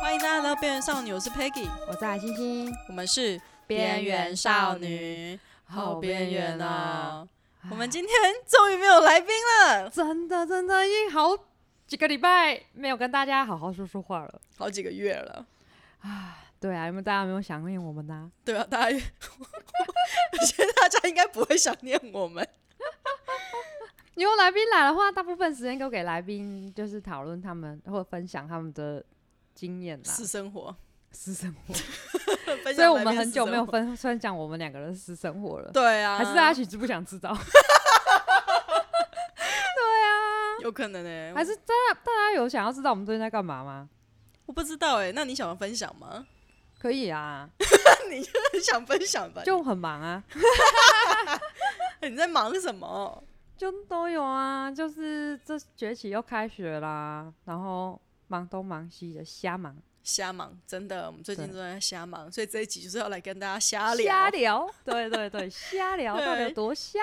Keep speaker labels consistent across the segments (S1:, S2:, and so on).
S1: 边缘少女，我是 Peggy，
S2: 我是海星星，
S1: 我们是
S2: 边缘少女，
S1: 好边缘啊！
S2: 唉
S1: 我们今天终于没有来宾了，
S2: 真的真的已经好几个礼拜没有跟大家好好说说话了。
S1: 好几个月了。
S2: 对啊，因为大家有没有想念我们呢、
S1: 对啊，大家， 我觉得大家应该不会想念我们。
S2: 因为来宾来的话，大部分时间都给来宾，就是讨论他们或者分享他们的经验啦，
S1: 私生 活，
S2: 私生活。
S1: 所
S2: 所以我们很久没有分 分享我们两个人的私生活了，
S1: 对啊，
S2: 还是大家其实不想知道。
S1: 有可能哎、
S2: 还是大家大家有想要知道我们最近在干嘛吗？
S1: 我不知道哎、那你想要分享吗？
S2: 可以啊，
S1: 很想分享吧？
S2: 就很忙啊，
S1: 你在忙什么？
S2: 就都有啊，就是这学期又开学啦，然后忙东忙西的瞎忙
S1: 瞎忙，真的，我们最近
S2: 对
S1: 都在瞎忙，所以这一集就是要来跟大家瞎聊，
S2: 瞎聊，对对对，瞎聊
S1: 对
S2: 到底有多瞎？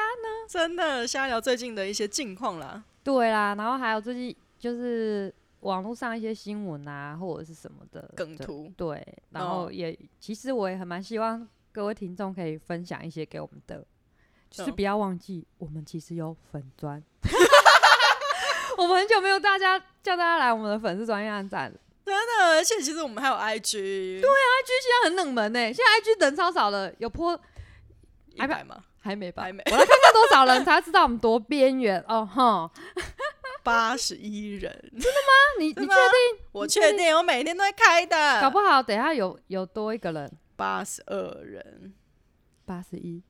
S1: 真的瞎聊最近的一些近况啦。
S2: 对啦，然后还有最近就是网络上一些新闻啊，或者是什么的
S1: 梗
S2: 对
S1: 图
S2: 对，然后
S1: 哦
S2: 也、其实我也很蛮希望各位听众可以分享一些给我们的，就是
S1: 嗯
S2: 不要忘记我们其实有粉砖， 我们很久没有大家叫大家来我们的粉丝专业按赞了，
S1: 真的，而且其实我们还有 IG，对啊，
S2: 现在很冷门呢、现在 IG 人超少了，有破
S1: 一
S2: 还
S1: 百嘛，
S2: 还没吧？
S1: 还没
S2: 我来看看多少人才知道我们多边缘哦哈，
S1: 八十一人，
S2: 那你你
S1: 真
S2: 确
S1: 的
S2: 定？
S1: 我确定，我每天都会开的，
S2: 搞不好等一下有有多一个人
S1: 八十二人，
S2: 八十一。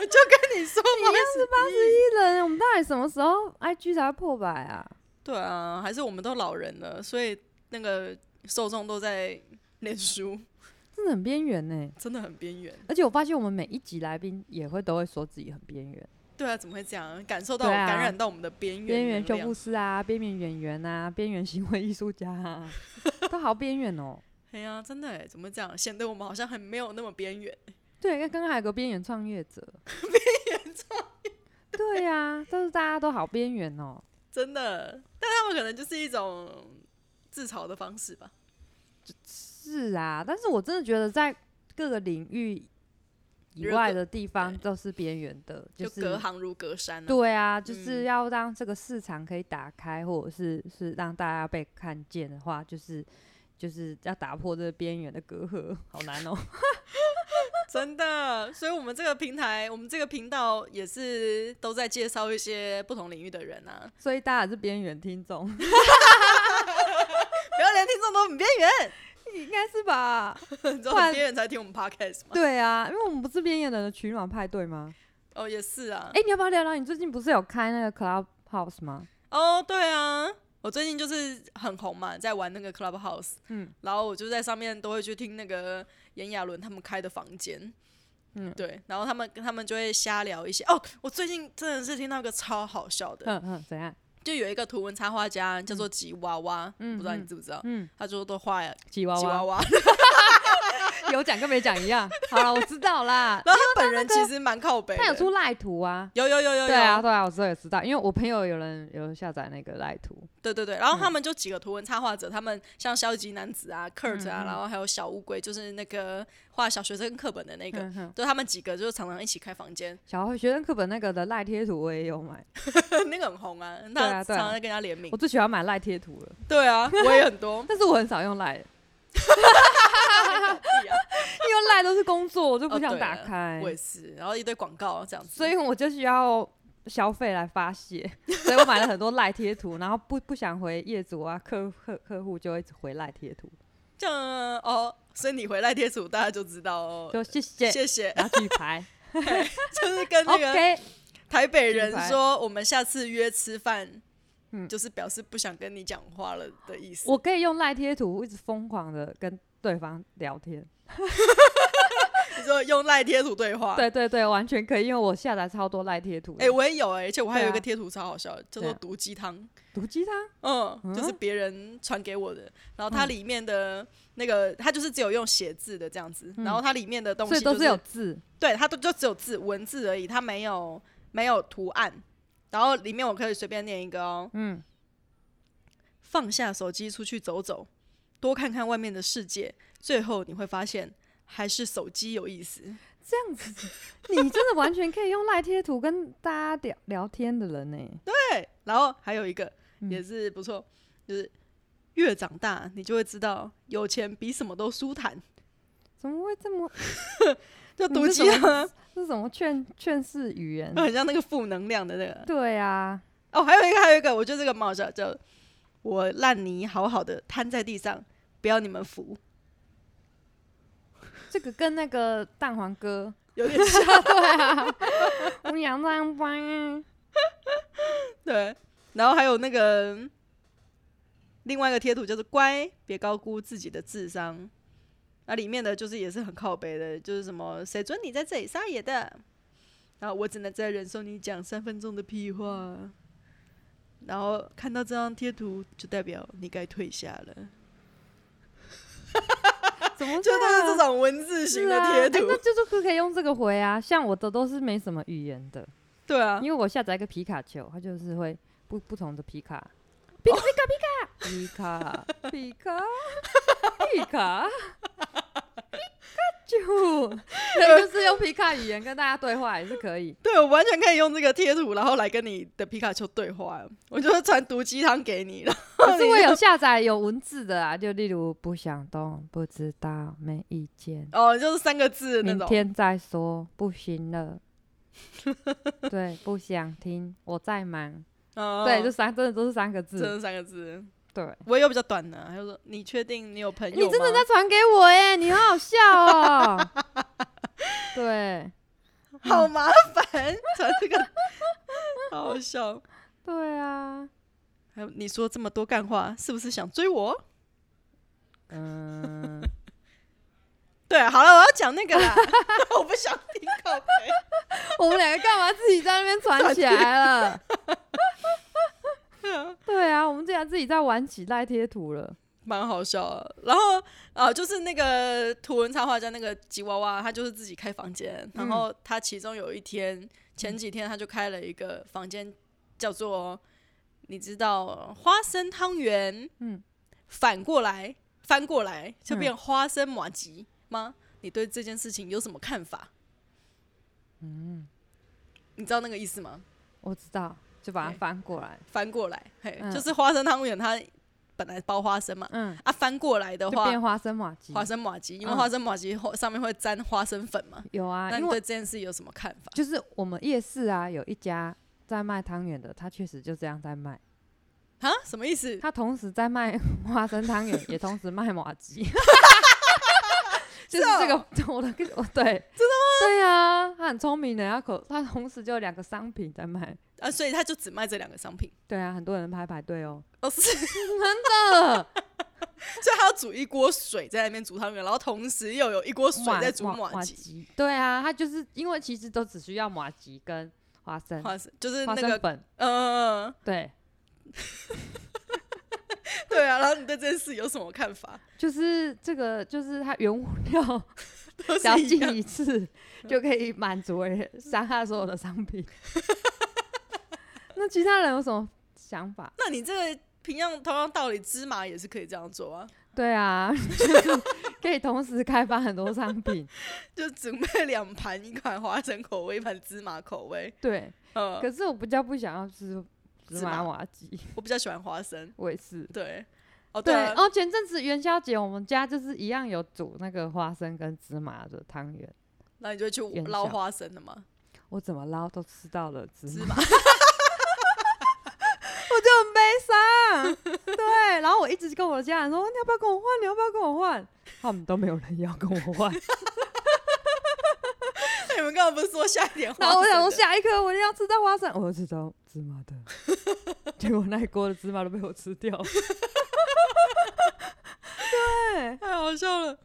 S1: 我就跟你说
S2: 一
S1: 嘛
S2: 样，是八十一人，我们到底什么时候 IG 才会破百啊？
S1: 对啊，还是我们都老人了，所以那个受众都在脸书，
S2: 真的很边缘呢。
S1: 真的很边缘。
S2: 而且我发现我们每一集来宾也会都会说自己很边缘，
S1: 对啊，怎么会这样？感受到、
S2: 对啊
S1: 感染到我们的边缘
S2: 边缘
S1: 能量
S2: 修复师啊，边缘演员啊，边缘行为艺术家 啊，都好边缘哦。
S1: 哎呀，真的哎，怎么会这样？显得我们好像很没有那么边缘。
S2: 对，刚刚还有个边缘创业者， 边缘创业，对啊，都是大家都好边缘哦。
S1: 真的，但他们可能就是一种自嘲的方式吧。
S2: 是啊，但是我真的觉得在各个领域以
S1: 如
S2: 外
S1: 果
S2: 的地方都是边缘的，
S1: 就是隔行如隔山、啊，
S2: 对啊，就是
S1: 嗯
S2: 要让这个市场可以打开，或者是是让大家被看见的话，就是就是要打破这个边缘的隔阂，好难哦。
S1: 真的。所以，我们这个平台，我们这个频道也是都在介绍一些不同领域的人啊。
S2: 所以大家也是边缘听众，
S1: 不要连听众都很边缘，
S2: 应该是吧？
S1: 你知道很边缘才听我们 podcast 吗？
S2: 对啊，因为我们不是边缘人的取暖派对吗？
S1: 哦，也是啊。
S2: 哎、你要不要聊聊你最近不是有开那个 Clubhouse 吗？
S1: 哦，对啊，我最近就是很红嘛，在玩那个 Clubhouse，
S2: 嗯，
S1: 然后我就在上面都会去听那个炎亚纶他们开的房间，
S2: 嗯
S1: 对，然后他们他们就会瞎聊一些。哦，我最近真的是听到一个超好笑的，
S2: 嗯嗯，怎样？
S1: 就有一个图文插画家叫做吉娃娃，
S2: 嗯
S1: 不知道你
S2: 嗯
S1: 知不知道，
S2: 嗯，
S1: 他就都画
S2: 吉娃
S1: 吉娃
S2: 娃哦
S1: 娃，
S2: 有讲跟没讲一样。好了，我知 道啦。
S1: 然后他本人其实蛮靠北的，
S2: 他有出赖图啊。
S1: 有有有有有，
S2: 对啊，对啊，我知道也知道，因为我朋友有人有下载那个赖图，
S1: 对对对，然后他们就几个图文插画者，他们像消极男子啊、Kurt
S2: 嗯
S1: 啊，然后还有小乌龟，就是那个画小学生课本的那个，
S2: 嗯哼
S1: 就他们几个就常常一起开房间，
S2: 小学生课本那个的赖贴图我也有买，
S1: 那个很红啊，
S2: 对
S1: 他
S2: 啊对
S1: 常
S2: 啊
S1: 常在跟他联名
S2: 我。最喜欢买赖贴图了，，
S1: 对啊，我也很多
S2: 但是我很少用 赖，因
S1: 对啊
S2: 为赖都是工作，我就不
S1: 哦
S2: 想
S1: 对
S2: 打
S1: 啊
S2: 开，
S1: 我也是，然后一堆广告这样子。
S2: 哎所以我就需要消费来发泄，所以我买了很多赖贴图，然后不不想回业主啊客客客户就一直回赖贴图，
S1: 这样哦，所以你回来贴图，大家就知道哦。
S2: 就谢谢，
S1: 谢谢，
S2: 然后举牌
S1: 就是跟那个
S2: ，OK，
S1: 台北人
S2: 品牌
S1: 说，我们下次约吃饭，
S2: 嗯
S1: 就是表示不想跟你讲话了的意思。
S2: 我可以用赖贴图一直疯狂的跟对方聊天，
S1: 你说用赖贴图对话，
S2: 对对对，完全可以，因为我下载超多赖贴图
S1: 啊
S2: 的，
S1: 哎、我也有哎、而且我还有一
S2: 对
S1: 个
S2: 啊
S1: 贴图超好笑的，叫做
S2: 对啊
S1: 毒鸡汤，
S2: 毒鸡汤，
S1: 嗯，
S2: 嗯
S1: 就是别人传给我的。然后它里面的那个，它就是只有用写字的这样子，然后它里面的东西、
S2: 嗯所
S1: 就
S2: 以都是有字，
S1: 对，它都就只有字文字而已，它没有没有图案。然后里面我可以随便念一个哦，
S2: 嗯。
S1: 放下手机出去走走，多看看外面的世界，最后你会发现还是手机有意思。
S2: 这样子，你真的完全可以用赖贴图跟大家聊聊天的人呢、
S1: 对，然后还有一个
S2: 嗯
S1: 也是不错，就是越长大你就会知道，有钱比什么都舒坦。
S2: 怎么会这么？
S1: 就
S2: 你
S1: 毒
S2: 这
S1: 鸡
S2: 怎么
S1: 啊， 哎
S2: 这是什么劝劝世语言？
S1: 很像那个负能量的那个。
S2: 对啊，
S1: 哦，还有一个，还有一个，我觉得这个蛮好笑，叫我烂泥好好的摊在地上，不要你们扶，
S2: 这个跟那个蛋黄哥，
S1: 有点 像。
S2: 我想这 样吧。
S1: 对，然后还有那个另外一个贴图就是“乖，别高估自己的智商”，那里面的就是也是很靠北的，就是什么“谁准你在这里撒野的”，然后我只能再忍受你讲三分钟的屁话。然后看到这张贴图，就代表你该退下了。
S2: 怎么
S1: 就都是
S2: 这
S1: 这
S2: 样？啊
S1: 种文字型的
S2: 是啊
S1: 贴
S2: 哎
S1: 图，
S2: 那这就是可以用这个回啊。像我的都是没什么语言的，
S1: 对啊，
S2: 因为我下载一个皮卡丘，它就是会不不同的皮卡，皮
S1: 哦
S2: 卡皮卡皮卡皮卡皮卡皮卡皮卡丘，那就是用皮卡语言跟大家对话也是 可以。
S1: 对我完全可以用这个贴图，然后来跟你的皮卡丘对话。我就会传毒鸡汤给你，然后
S2: 可是
S1: 你
S2: 我
S1: 就
S2: 有下载有文字的啊，就例如不想动、不知道、没意见、
S1: 哦，就是三个字的
S2: 明
S1: 那种。
S2: 天再说，不行了。 对，不想听，我在忙。
S1: 哦
S2: 对，这三真的都是三个
S1: 真
S2: 字。
S1: 的三个字。
S2: 对，
S1: 我也有比较短的，他就说你确定你有朋友
S2: 你
S1: 吗？
S2: 真的在传给我耶，你好好笑哦。 对
S1: 好 麻烦，传这 个好好笑。
S2: 对 啊，
S1: 还有你说这么多干话，是不是想追我？
S2: 嗯，
S1: 对，好了，我要讲那个啦， 我不想听靠背。
S2: 我们两个干嘛自己在那边传起来 了？对啊，我们竟然自己在玩起赖贴图了。
S1: 蛮好笑的。然后啊、呃就是那个图文插画家那个吉娃娃，他就是自己开房间，
S2: 嗯
S1: 然后他其中有一天前几天他就开了一个房间，叫做你知道花生汤圆，
S2: 嗯，
S1: 反过来翻过来就变花生马吉吗？你对这件事情有什么看法？嗯，你知道那个意思吗？
S2: 我知道，就把它
S1: 对
S2: 翻过来。
S1: 翻过来，嘿，
S2: 嗯
S1: 就是花生汤圆，它本来包花生嘛，
S2: 嗯，
S1: 啊，翻过来的
S2: 就
S1: 话，
S2: 变花生玛吉。
S1: 花生玛吉，因为
S2: 嗯
S1: 花生玛吉后上面会沾花生粉嘛。
S2: 有啊，
S1: 那
S2: 因
S1: 你对
S2: 为
S1: 这件事有什么看法？
S2: 就是我们夜市啊，有一家在卖汤圆的，他确实就这样在卖。
S1: 啊，什么意思？
S2: 他同时在卖 花生汤圆，也同时卖马 吉。就是这个，
S1: 哦
S2: 我的我对，真的吗？对啊，他很聪明的，他口他同时就有两个商品在卖。
S1: 啊，所以他就只卖这两个商品。
S2: 对啊，很多人排排队哦。
S1: 哦，是，所
S2: 呃，
S1: 以他要煮一锅水在那边煮汤圆，然后同时又有一锅 水在煮
S2: 呃马
S1: 玛吉
S2: 吉。对啊，他就是因为其实都只需要马吉跟花生
S1: 花生，就是
S2: 花
S1: 那
S2: 生
S1: 个，
S2: 粉。
S1: 嗯，
S2: 对，
S1: 对啊。然后你对这件事有什么看法？
S2: 就是这个，就是它原物料
S1: 都
S2: 只要
S1: 是一
S2: 进
S1: 样，嗯
S2: 一次就可以满足诶，伤害所有的商品。 那其他人有什么想法？
S1: 那你这个平样同样道理，芝麻也是可以这样做啊，
S2: 对啊， 就是可以同时开发很多商品。
S1: 就准备两盘，一盘花生口味，一盘芝麻口味。
S2: 对，
S1: 嗯，
S2: 可是我比较不想要吃芝
S1: 芝麻
S2: 麻瓦吉，
S1: 我比较喜欢花生。
S2: 我也是。
S1: 对，哦，
S2: 对
S1: 啊，
S2: 哦，前阵子元宵节我们家就是一样有煮那个花生跟芝麻的汤圆，
S1: 那你就去
S2: 元
S1: 捞
S2: 宵
S1: 花生了吗？
S2: 我怎么捞都吃到了芝麻。
S1: 芝麻
S2: 我就很悲伤。对，然后我一直跟我的家人说，你要不要跟我换？你要不要跟我换？他们都没有人要跟我 换。
S1: 那你们刚刚不是说下一点花
S2: 然
S1: 生的？
S2: 后我想说，下一颗我一定要吃到花生，我要吃到芝麻的。 结果那一锅的芝麻都被我吃掉。对
S1: 太好笑了。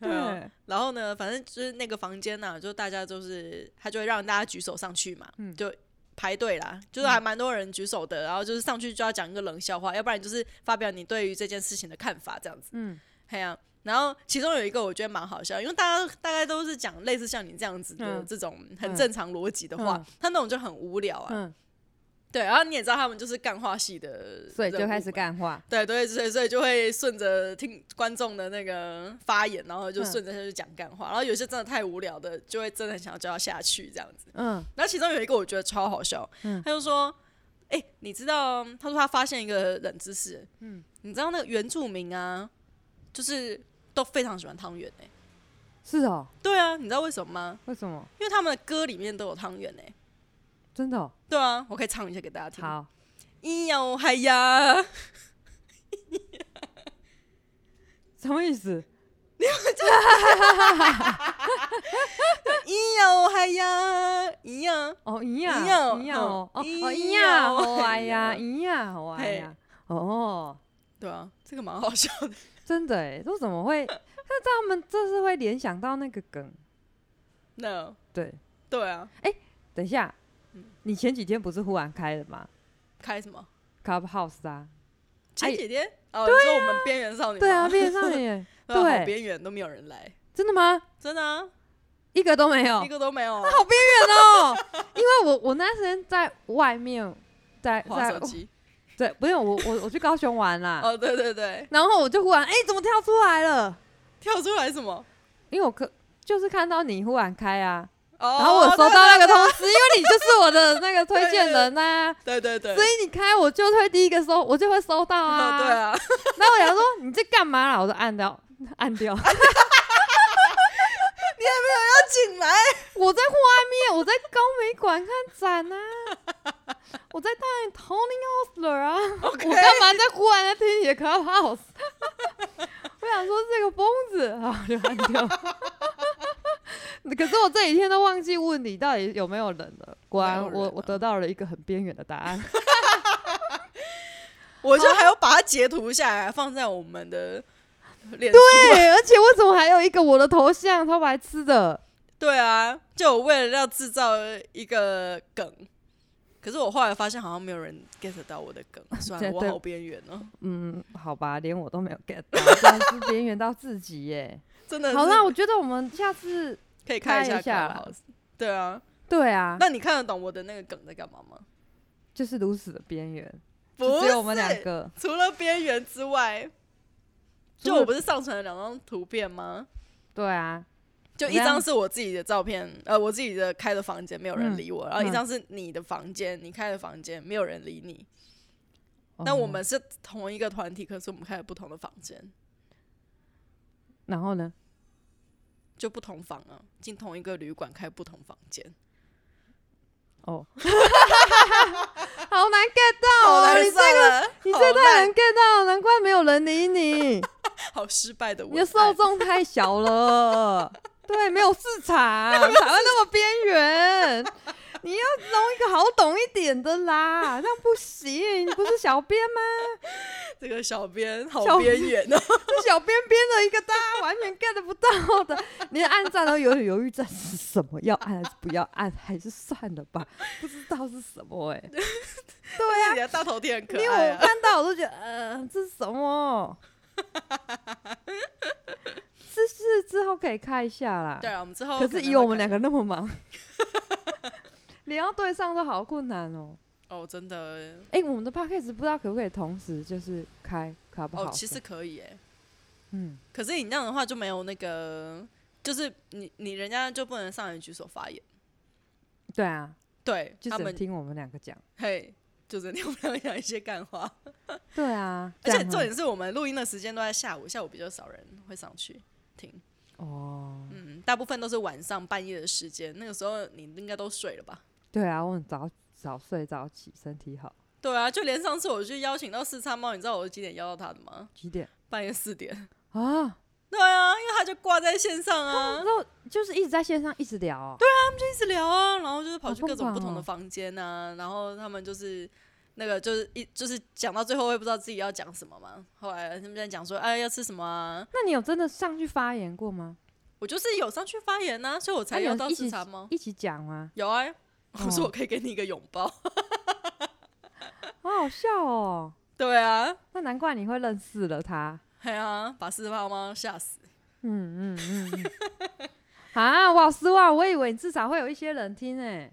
S1: 对，
S2: 对，啊
S1: 然后呢，反正就是那个房间呐、就大家就是他就会让大家举手上去嘛，
S2: 嗯
S1: 就排队啦，就是还蛮多人举手的，然后就是上去就要讲一个冷笑话，要不然就是发表你对于这件事情的看法这样子。
S2: 嗯，
S1: 嘿呀、然后其中有一个我觉得蛮好笑，因为大家大概都是讲类似像你这样子的
S2: 嗯
S1: 这种很
S2: 嗯
S1: 正常逻辑的话，
S2: 嗯
S1: 他那种就很无聊啊。
S2: 嗯，
S1: 对，然后你也知道他们就是干话系的，
S2: 所以就开始。干话。
S1: 对对，所以所以就会顺着听观众的那个发言，然后就
S2: 嗯
S1: 顺着他就讲干话，然后有些真的太无聊的，就会真的很想要叫他下去这样子。
S2: 嗯，
S1: 然后其中有一个我觉得超好笑，
S2: 嗯
S1: 他就说：“哎、你知道？”他说他发现一个冷知识，嗯，你知道那个原住民啊，就是都非常喜欢汤圆哎、
S2: 是哦，
S1: 对啊，你知道为什么吗？
S2: 为什么？
S1: 因为他们的歌里面都有汤圆哎、
S2: 真的、哦、
S1: 对啊，我可以唱一下给大家听。
S2: 好，
S1: 咿哟嗨呀，
S2: 什么意思？
S1: 咿哟嗨呀，咿呀，
S2: 哦，一样，
S1: 一样
S2: 一样哦，哦，
S1: 嗯
S2: 哦，
S1: 一
S2: 一
S1: 样
S2: 样 哦，哎呀，
S1: 哎呀
S2: 一样哦，哎
S1: 嘿
S2: 呀，哦，
S1: 对啊，这个蛮好笑的。
S2: 真的哎，这怎么会？那他们这是会联想到那个梗，
S1: 那
S2: 对。
S1: 对啊，
S2: 等一下
S1: 嗯，
S2: 你前几天不是忽然开了吗
S1: 开什么？
S2: ？Clubhouse 啊，
S1: 前几天、哦，你说我们边缘少女吗，
S2: 对啊，恋上了耶，
S1: 对啊，好
S2: 对
S1: 边缘都没有人来，
S2: 真的吗？
S1: 真的啊，
S2: 一个都没有
S1: 一，个都没有啊。
S2: 好边缘哦。因为我我那时间在外面，在
S1: 滑
S2: 在
S1: 啊手机。
S2: 对，不用我我我去高雄玩 啦，
S1: 哦，对对对，
S2: 然后我就忽然哎、怎么跳出来了？
S1: 跳出来什么？
S2: 因为我可就是看到你忽然开啊，
S1: 哦，
S2: 然后我收到那个通知，因为你就是我的那个推荐人呐、
S1: 对对对，
S2: 所
S1: 以
S2: 以你开我就会第一个收，我就会收到啊。
S1: 对啊，
S2: 然后我想说你在干嘛啦？我就按掉，按掉。
S1: 他进 来，
S2: 我在外面，我在高美馆看展 啊，我在看 Tony Osler 啊。我干嘛在忽然在听你的 Clubhouse？我想说这个疯子，好我就按掉。 可是我这几天都忘记问你到底有没有人了，果然
S1: 没有人
S2: 我我
S1: 啊
S2: 得到了一个很边缘的答案。
S1: 我
S2: 哦
S1: 就还要把它截图下来，放在我们的脸书。啊
S2: 对，而且为什么还有一个我的头像超白痴的？
S1: 对啊，就我为了要制造一个梗，可是我后来发现好像没有人 get 到我的 梗，算了，
S2: 对
S1: 我
S2: 对
S1: 好边缘哦，
S2: 嗯，好吧，连我都没有 get 到，这样是边缘到自己耶。
S1: 真的是。
S2: 好啦，我觉得我们下次
S1: 可以看
S2: 开
S1: 下
S2: 一下啦
S1: Clubhouse 对啊，
S2: 对啊，
S1: 那你看得懂我的那个梗在干嘛吗？
S2: 就是如此的边缘，
S1: 不
S2: 就只有我们
S1: 是
S2: 两个。
S1: 除了边缘之外，就我不是上传了两张图片吗？
S2: 对啊，
S1: 就一
S2: 怎么样
S1: 张是我自己的照片，呃，我自己的开的房间没有人理我，然后一
S2: 嗯
S1: 张是你的房间，你开的房间没有人理你。
S2: 哦
S1: 但我们是同一个团体，可是我们开了不同的房间，
S2: 然后呢？
S1: 就不同房啊，进同一个旅馆开不同房间，
S2: 哦，好难 get 到
S1: 好
S2: 哦！
S1: 难
S2: 你
S1: 受
S2: 这个
S1: 了，
S2: 你
S1: 好
S2: 这太
S1: 烂
S2: 难 get 到，难怪没有人理你，
S1: 好失败的我，
S2: 你的受众太小了。对，没有市场，台湾那么边缘，你要弄一个好懂一点的啦，那不行，你不是小编吗？
S1: 哎这个小编好
S2: 小
S1: 边缘哦，
S2: 这小编编了一个大家完全 get 不到的，连按赞都有点犹豫，这是什么？要按还是不要按？还是算了吧，不知道是什么哎、对啊，
S1: 你的大头贴很可
S2: 因为
S1: 爱
S2: 我
S1: 啊，
S2: 看到我都觉得，呃，这是什么？是是之后可以看一下啦
S1: 对。 啊，我们之后
S2: 可
S1: 能
S2: 是以我
S1: 会
S2: 们
S1: 开
S2: 两个那么忙，连要对上都好困难哦。
S1: 哦，真的
S2: 哎、我们的 p a c k a g e 不知道可不可以同时就是开卡不好？
S1: 哦，其实可以哎、
S2: 嗯，
S1: 可是你那样的话就没有那个，就是你你人家就不能上来举手发言，
S2: 对啊，
S1: 对
S2: 就
S1: 他
S2: 只能
S1: 们
S2: 听我们两个讲。
S1: 嘿，就是你们要讲一些干话，
S2: 对啊，
S1: 而
S2: 这
S1: 且
S2: 样
S1: 重
S2: 很
S1: 点是我们录音的时间都在下午，下午比较少人会上去听，
S2: 哦，
S1: 嗯，大部分都是晚上半夜的时间，那个时候你应该都睡了吧？
S2: 对啊，我很早早睡早起，身体好。
S1: 对啊，就连上次我去邀请到四叉猫，你知道我是几点邀到他的吗？
S2: 几点
S1: 半夜四点。
S2: 啊？
S1: 对啊，因为他就挂在线上啊，
S2: 然后就是一直在线上一直聊、哦。对，
S1: 一直聊啊，然后就是跑
S2: 好
S1: 去各种
S2: 疯
S1: 不
S2: 狂
S1: 同的
S2: 哦
S1: 房间啊，然后他们就是那个就是一就是讲到最后，我也不知道自己要讲什么嘛。后来他们在讲说，哎，要吃什么啊？
S2: 那你有真的上去发言过吗？
S1: 我就是有上去发言呐、所以我才
S2: 那你
S1: 要
S2: 啊有
S1: 到
S2: 一
S1: 吃
S2: 起
S1: 茶吗？
S2: 一起讲吗？
S1: 有啊，我说
S2: 哦
S1: 我可以给你一个拥抱。
S2: 好好笑哦。
S1: 对啊，
S2: 那难怪你会认识了他。
S1: 哎啊，把四叉猫吓死。
S2: 嗯嗯 嗯。嗯啊，我好失望，我以为你至少会有一些人听诶、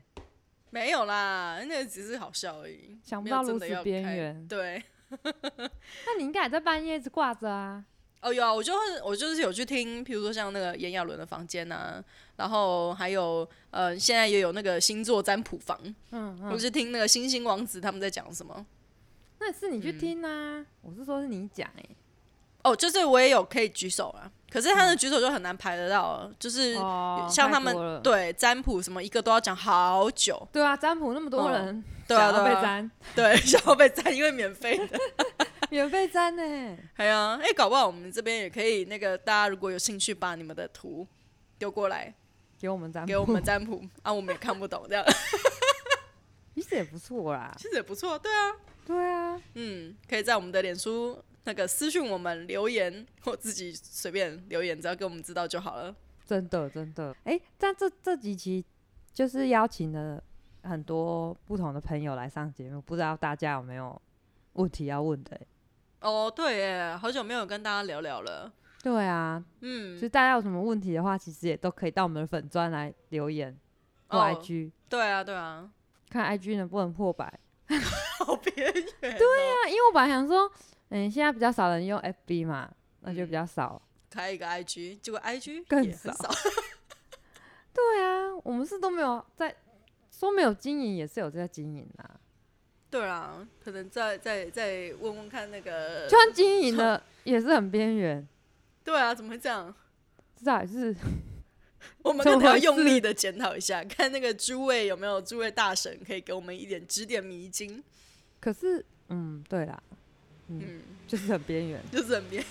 S1: 没有啦，那只是好笑而已。
S2: 想不
S1: 没
S2: 到
S1: 有真
S2: 如
S1: 的
S2: 此
S1: 要
S2: 边
S1: 开
S2: 缘。
S1: 对，
S2: 那你应该也在半夜一直挂着啊。
S1: 哦，有啊，我就是我就是有去听，譬如说像那个炎亚纶的房间呐、然后还有呃，现在也有那个星座占卜房，
S2: 嗯
S1: 我
S2: 嗯，
S1: 是听那个星星王子他们在讲什么。
S2: 那是你去听
S1: 嗯
S2: 啊，我是说是你讲哎、
S1: 哦，就是我也有可以举手啊，可是他的举手就很难排得到了，就是
S2: 嗯哦，
S1: 呃像
S2: 太
S1: 他们、
S2: 多了
S1: 对占卜什么一个都要讲好久，
S2: 对啊，占卜那么多
S1: 嗯
S2: 人，
S1: 对啊
S2: 想要
S1: 对
S2: 被
S1: 啊，
S2: 占，
S1: 对，想要被占，因为免费的。
S2: 免费占欸呢、
S1: 哎呀，哎、搞不好我们这边也可以，那个大家如果有兴趣，把你们的图丢过来
S2: 给我们占卜，
S1: 给我们占卜啊，我们也看不懂，这样
S2: 其实也不错啦。
S1: 其实也不错，对啊，
S2: 对啊，
S1: 嗯，可以在我们的脸书那个私讯我们留言，或自己随便留言，只要给我们知道就好了。
S2: 真的真的。哎、但这这几期就是邀请了很多不同的朋友来上节目，不知道大家有没有问题要问的欸、
S1: 哦，对耶，好久没有跟大家聊聊了，
S2: 对啊，
S1: 嗯
S2: 就，大家有什么问题的话，其实也都可以到我们的粉专来留言或
S1: 哦
S2: IG，、
S1: 对啊，对啊，
S2: 看 IG 能不能破百。 啊
S1: 好边缘、哦对呀、
S2: 那因为我本来想说，嗯，现在比较少人用 FB 嘛，那
S1: 嗯
S2: 就比较少。
S1: 开一个 IG，结果 IG
S2: 更
S1: 也很少，
S2: 对啊，我们是都没有在说没有经营，也是有在经营啊。
S1: 呃对啊，可能再再再问问看那个
S2: 就，算经营了，也是很边缘，
S1: 对啊，怎么会这样？
S2: 至少也是
S1: 我们可能要用力的检讨一下， 看那个诸位有没有诸位大神可以给我们一点指点迷津。
S2: 可是，嗯，对啦，
S1: 嗯，。
S2: 就是很边缘
S1: 就是很边。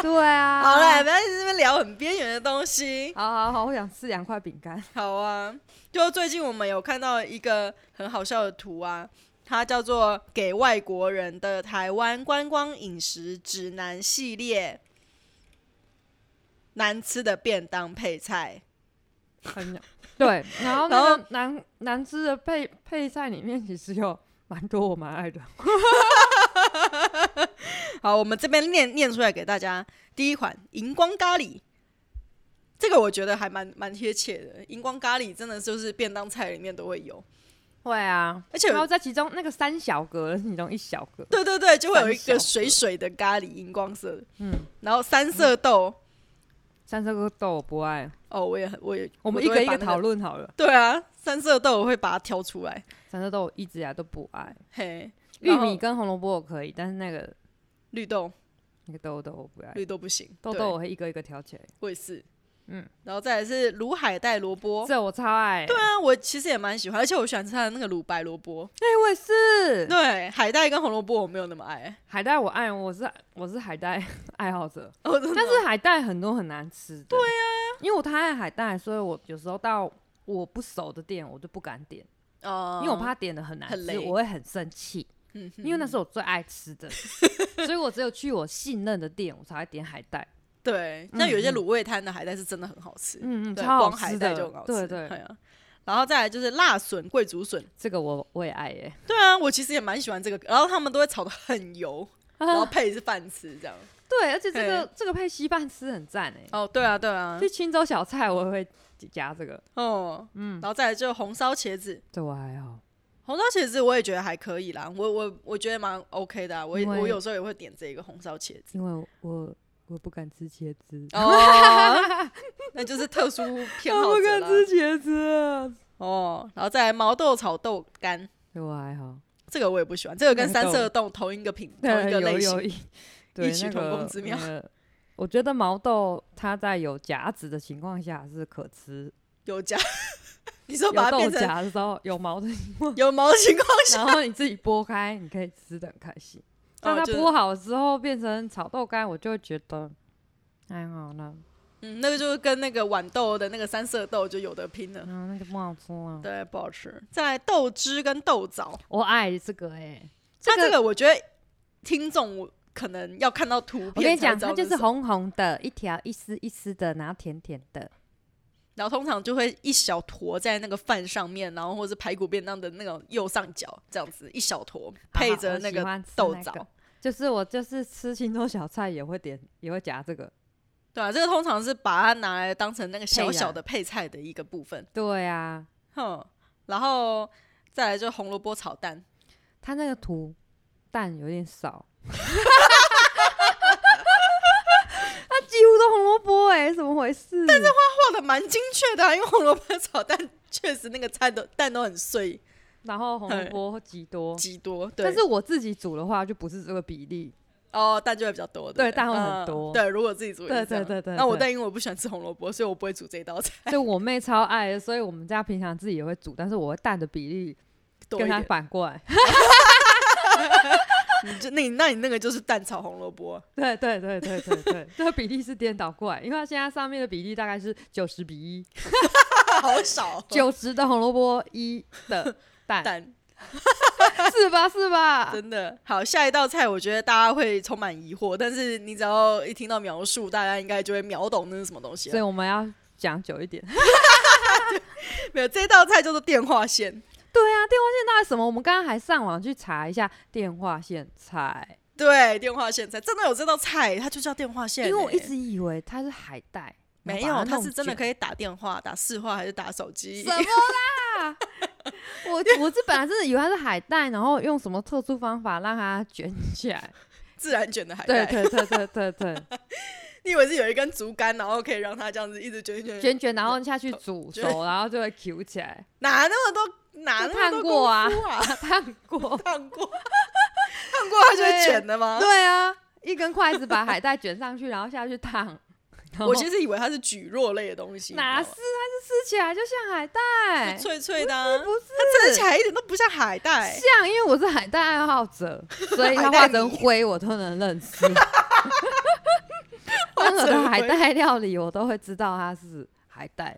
S2: 对啊，
S1: 好啦，不要一直在这边聊很边缘的东西。
S2: 好好好，我想吃两块饼 干。
S1: 好啊，就最近我们有看到一个很好笑的图啊，它叫做《给外国人的台湾观光饮食指南系列》，难吃的便当配菜。
S2: 很有 对，然后
S1: 然
S2: 那
S1: 后
S2: 个难难吃的配配菜里面，其实有蛮多我蛮爱的。
S1: 好，我们这边念念出来给大家。第一款荧光咖喱，这个我觉得还蛮蛮贴切的。荧光咖喱真的就是便当菜里面都会有，
S2: 会啊，
S1: 而且
S2: 然后在其中那个三小格，其中一小格，
S1: 对对对，就会有一
S2: 三小
S1: 个
S2: 格
S1: 水水的咖喱，荧光色的，
S2: 嗯，
S1: 然后三色豆。
S2: 三色格豆我不爱。
S1: 哦，我也很，我也，
S2: 我们一
S1: 都会
S2: 个一
S1: 把
S2: 个
S1: 那
S2: 讨。论好了。
S1: 对啊，三色豆我会把它挑出来。
S2: 三色豆我一直以来都不爱，
S1: 嘿，
S2: 玉
S1: 然后
S2: 米跟红萝卜我可以，但是那个
S1: 绿豆，
S2: 那个豆豆我不爱，
S1: 绿豆不行，
S2: 豆
S1: 对
S2: 豆我会一个一个挑起来。
S1: 我也是。
S2: 嗯，
S1: 然后再来是卤海带萝卜，
S2: 这我超爱，对
S1: 哦对，啊，我其实也蛮喜欢，而且我喜欢吃它的那个卤白萝卜。
S2: 我也是。
S1: 对，海带跟红萝卜我没有那么爱。
S2: 海带我爱，我是我是海带 爱好者，
S1: 哦，真的啊
S2: 但是海带很多很难吃的。对呀、因为我太爱海带，所以我有时候到我不熟的店，我就不敢点，
S1: 哦
S2: 因为我怕点的很难
S1: 很
S2: 吃，
S1: 雷
S2: 我会很生气。
S1: 嗯哼
S2: 因为那是我最爱吃 的，所以我只有去我信任的店，我才会点海带。
S1: 对，
S2: 嗯
S1: 像有一些
S2: 嗯
S1: 卤味摊的海带是真的很好吃，
S2: 嗯嗯，
S1: 对，
S2: 超
S1: 光
S2: 好
S1: 海
S2: 吃
S1: 带
S2: 的，
S1: 就很好吃，
S2: 对对，
S1: 哎呀然后再来就是辣笋、桂竹笋，
S2: 这个我我也爱耶、
S1: 对啊，我其实也蛮喜欢这个，然后他们都会炒的很油，然后
S2: 啊，
S1: 配是饭吃这样。
S2: 对，而且这个这个配稀饭吃很赞哎、
S1: 哦，对啊，对啊
S2: 去，青州小菜我也会加这个，
S1: 哦，嗯，然后再来就是红烧茄子，
S2: 这我还好。
S1: 红烧茄子我也觉得还可以啦，我我我觉得蛮 OK 的、啊，我也
S2: 因为
S1: 我有时候也会点这个红烧茄 子。
S2: 因为我我不敢吃茄子，
S1: 哦，那就是特殊偏好
S2: 我不
S1: 者
S2: 敢
S1: 啦
S2: 吃茄子，啊
S1: 哦，然后再来毛豆炒豆干，
S2: 这我还好。
S1: 这个我也不喜欢，这个跟
S2: 那
S1: 三
S2: 豆
S1: 色豆同一个品同一
S2: 对，
S1: 个
S2: 有
S1: 类
S2: 有
S1: 型。
S2: 一对
S1: 异曲同工之妙。
S2: 那个呃我觉得毛豆它在有夹子的情况下是可吃，
S1: 有夹，你说
S2: 有
S1: 把它
S2: 豆
S1: 变成
S2: 荚的时候有 毛的，
S1: 有毛的情况
S2: 然后你自己剥开，你可以吃的很开心。 但
S1: 哦
S2: 它
S1: 就是
S2: 剥好之后变成炒豆干，我就会觉得还好 了，
S1: 嗯，那个就是跟那个豌豆的那个三色豆就有的拼了。
S2: 嗯，那就不好吃了。
S1: 对，不好吃。再来豆汁跟豆枣，
S2: 我爱这个哎、欸，
S1: 那这个我觉得听众我可能要看到图
S2: 我跟
S1: 片
S2: 你
S1: 才
S2: 讲，
S1: 知道
S2: 它
S1: 这
S2: 就是
S1: 什么，
S2: 红红的，一条一丝一丝的，然后甜甜的。
S1: 然后通常就会一小坨在那个饭上面，然后或是排骨便当的那种右上角这样子一小坨，配着那个豆
S2: 枣、
S1: 枣。
S2: 就是我就是吃青州小菜也会点，也会夹这个。
S1: 对啊，这个通常是把它拿来当成那个小
S2: 配啊
S1: 小的配菜的一个部分。
S2: 对啊，
S1: 哼，然后再来就是红萝卜炒蛋，
S2: 它那个涂蛋有点少， 它几乎都红萝卜哎，怎么回事？但是
S1: 画的蛮精确的、啊，因为红萝卜炒蛋确实那个菜都蛋都很碎，
S2: 然后红萝卜极多，
S1: 极多。对，
S2: 但是我自己煮的话就不是这个比例，
S1: 哦，蛋就会比较多，
S2: 对
S1: 不
S2: 蛋会很
S1: 嗯
S2: 多
S1: 对，如果自己煮也是
S2: 对
S1: 这样，
S2: 对对对
S1: 那我
S2: 对
S1: 但因为我不喜欢吃红萝卜，所以我不会煮这一道菜，
S2: 所以我妹超爱的，所以我们家平常自己也会煮，但是我会蛋的比例
S1: 多一
S2: 跟她
S1: 点。
S2: 反过来，
S1: 你就那你那你那个就是蛋炒红萝卜，
S2: 对对对对对对，这个比例是颠倒过来，因为它现在上面的比例大概是九十比一，
S1: 好少 哦
S2: 九十的红萝卜一的 蛋，
S1: 蛋，
S2: 是吧是吧？
S1: 真的好。下一道菜我觉得大家会充满疑惑，但是你只要一听到描述，大家应该就会秒懂那是什么东西
S2: 所以
S1: 了。
S2: 我们要讲久一点。
S1: 没有，这道菜叫做电话线。
S2: 对啊，电话线到底什么？我们刚刚还上网去查一下电话线菜，
S1: 对，电话线菜真的有这道菜，它就叫电话线欸、
S2: 因为我一直以为它是海带，然
S1: 没
S2: 后把
S1: 有，它
S2: 弄
S1: 是真的
S2: 卷
S1: 可以打电话、打市话还是打手机
S2: 什？么啦？我我 这本来真的以为它是海带，然后用什么特殊方法让它卷起来。
S1: 自然卷 的海
S2: 对
S1: 带。
S2: 对对对对 对，
S1: 你以为是有一根竹竿，然后可以让它这样子一直卷卷卷？
S2: 卷卷然后下去煮
S1: 卷
S2: 熟，然后就会 Q 起来。
S1: 哪那么多？哪
S2: 就
S1: 那么多
S2: 烫过啊
S1: 功夫啊？，
S2: 烫过
S1: 烫过， 烫过它就会卷的吗？
S2: 对啊，一根筷子把海带卷上去，然后下去 烫。然后
S1: 我其实以为它是蒟蒻类的东西，
S2: 哪
S1: 你
S2: 是？
S1: 知
S2: 它是吃起来就像海
S1: 道吗
S2: 带
S1: 就，脆脆的啊、
S2: 不是
S1: 它吃起来一点都不像海带。
S2: 像，因为我是海带爱好者，所以它
S1: 海带
S2: 化
S1: 泥
S2: 成灰我都能认 识。 任何啊的海带料理我都会知道它是海 带。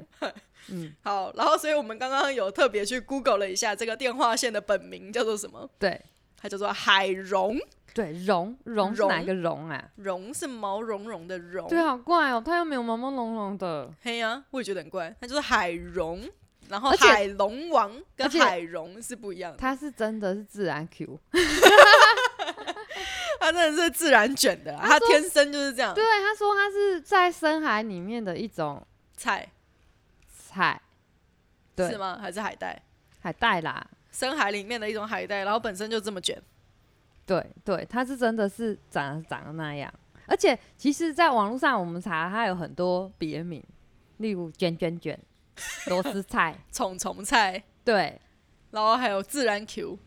S2: 嗯，
S1: 好，然后所以我们刚刚有特别去 Google 了一下这个电话线的本名叫做什么？
S2: 对
S1: 它叫做海茸，
S2: 对，蓉蓉是
S1: 蓉
S2: 哪一个蓉啊？
S1: 茸是毛茸茸的茸。
S2: 对，好怪哦，它又没有毛毛茸茸的。
S1: 嘿呀、我也觉得很怪，它就是海茸。然后
S2: 而且
S1: 海龙王跟
S2: 而且
S1: 海茸是不一样的，
S2: 它是真的是自然 Q，
S1: 它真的是自然卷的啊，它
S2: 说
S1: 天生就是这样
S2: 对，他说它是在深海里面的一种
S1: 菜，
S2: 菜，对
S1: 是吗？还是海带？
S2: 海带啦，
S1: 深海里面的一种海带，然后本身就这么卷。
S2: 对对，它是真的是长长得那样，而且其实，在网络上我们查它有很多别名，例如卷卷卷、螺丝菜，
S1: 虫虫菜，
S2: 对
S1: 然后还有自然 Q，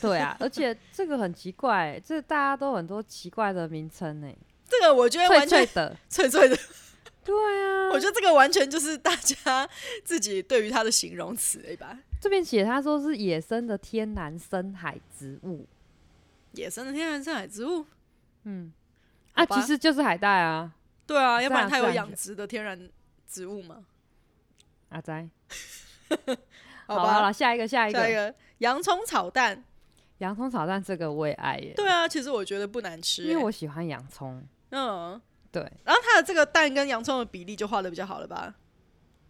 S2: 对啊，而且这个很奇怪、这大家都很多奇怪的名称呢、
S1: 这个我觉得
S2: 脆
S1: 哎完
S2: 脆
S1: 全
S2: 的，
S1: 脆脆的，
S2: 对啊，
S1: 我觉得这个完全就是大家自己对于它的形容词对吧？
S2: 这边写他说是野生的天然深海植物，
S1: 野生的天然深海植物，
S2: 嗯，
S1: 好
S2: 啊，
S1: 吧
S2: 其实就是海带啊，
S1: 对啊，要不然
S2: 自然
S1: 它有
S2: 自然
S1: 养
S2: 卷
S1: 殖的天然植物吗？
S2: 阿仔，
S1: 好
S2: 好
S1: 吧，
S2: 了，下一个，下一
S1: 下一
S2: 个，
S1: 个洋葱炒蛋，
S2: 洋葱炒蛋这个我也爱耶，
S1: 对啊，其实我觉得不难吃欸、
S2: 因为我喜欢洋葱，
S1: 嗯，
S2: 对，
S1: 然后它的这个蛋跟洋葱的比例就画的比较好了吧？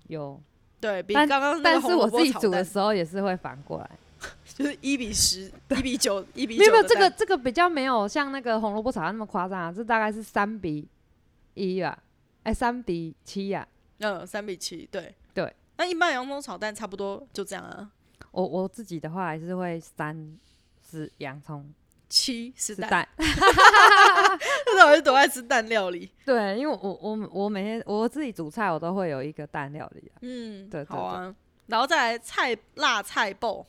S2: 有，
S1: 对比刚刚那
S2: 但
S1: 个
S2: 是
S1: 红
S2: 我
S1: 萝卜
S2: 自己
S1: 炒
S2: 煮的
S1: 蛋
S2: 时候也是会反过来，
S1: 就是一比 十、一比九、一比
S2: 没
S1: 九
S2: 有没有，
S1: 的
S2: 这个
S1: 蛋
S2: 这个比较没有像那个红萝卜炒蛋那么夸张啊，这大概是三比一啊，哎，三比七啊，
S1: 嗯三比七，对
S2: 对。
S1: 那一般洋葱炒蛋差不多就这样啊，
S2: 我我自己的话还是会三是洋葱
S1: 七是
S2: 是
S1: 蛋，
S2: 蛋，
S1: 那时候我就都爱吃蛋料 理。
S2: 对，因为我我我每天我自己煮菜我都会有一个蛋料理啊，
S1: 嗯，
S2: 对对
S1: 好啊。然后再来菜辣菜爆，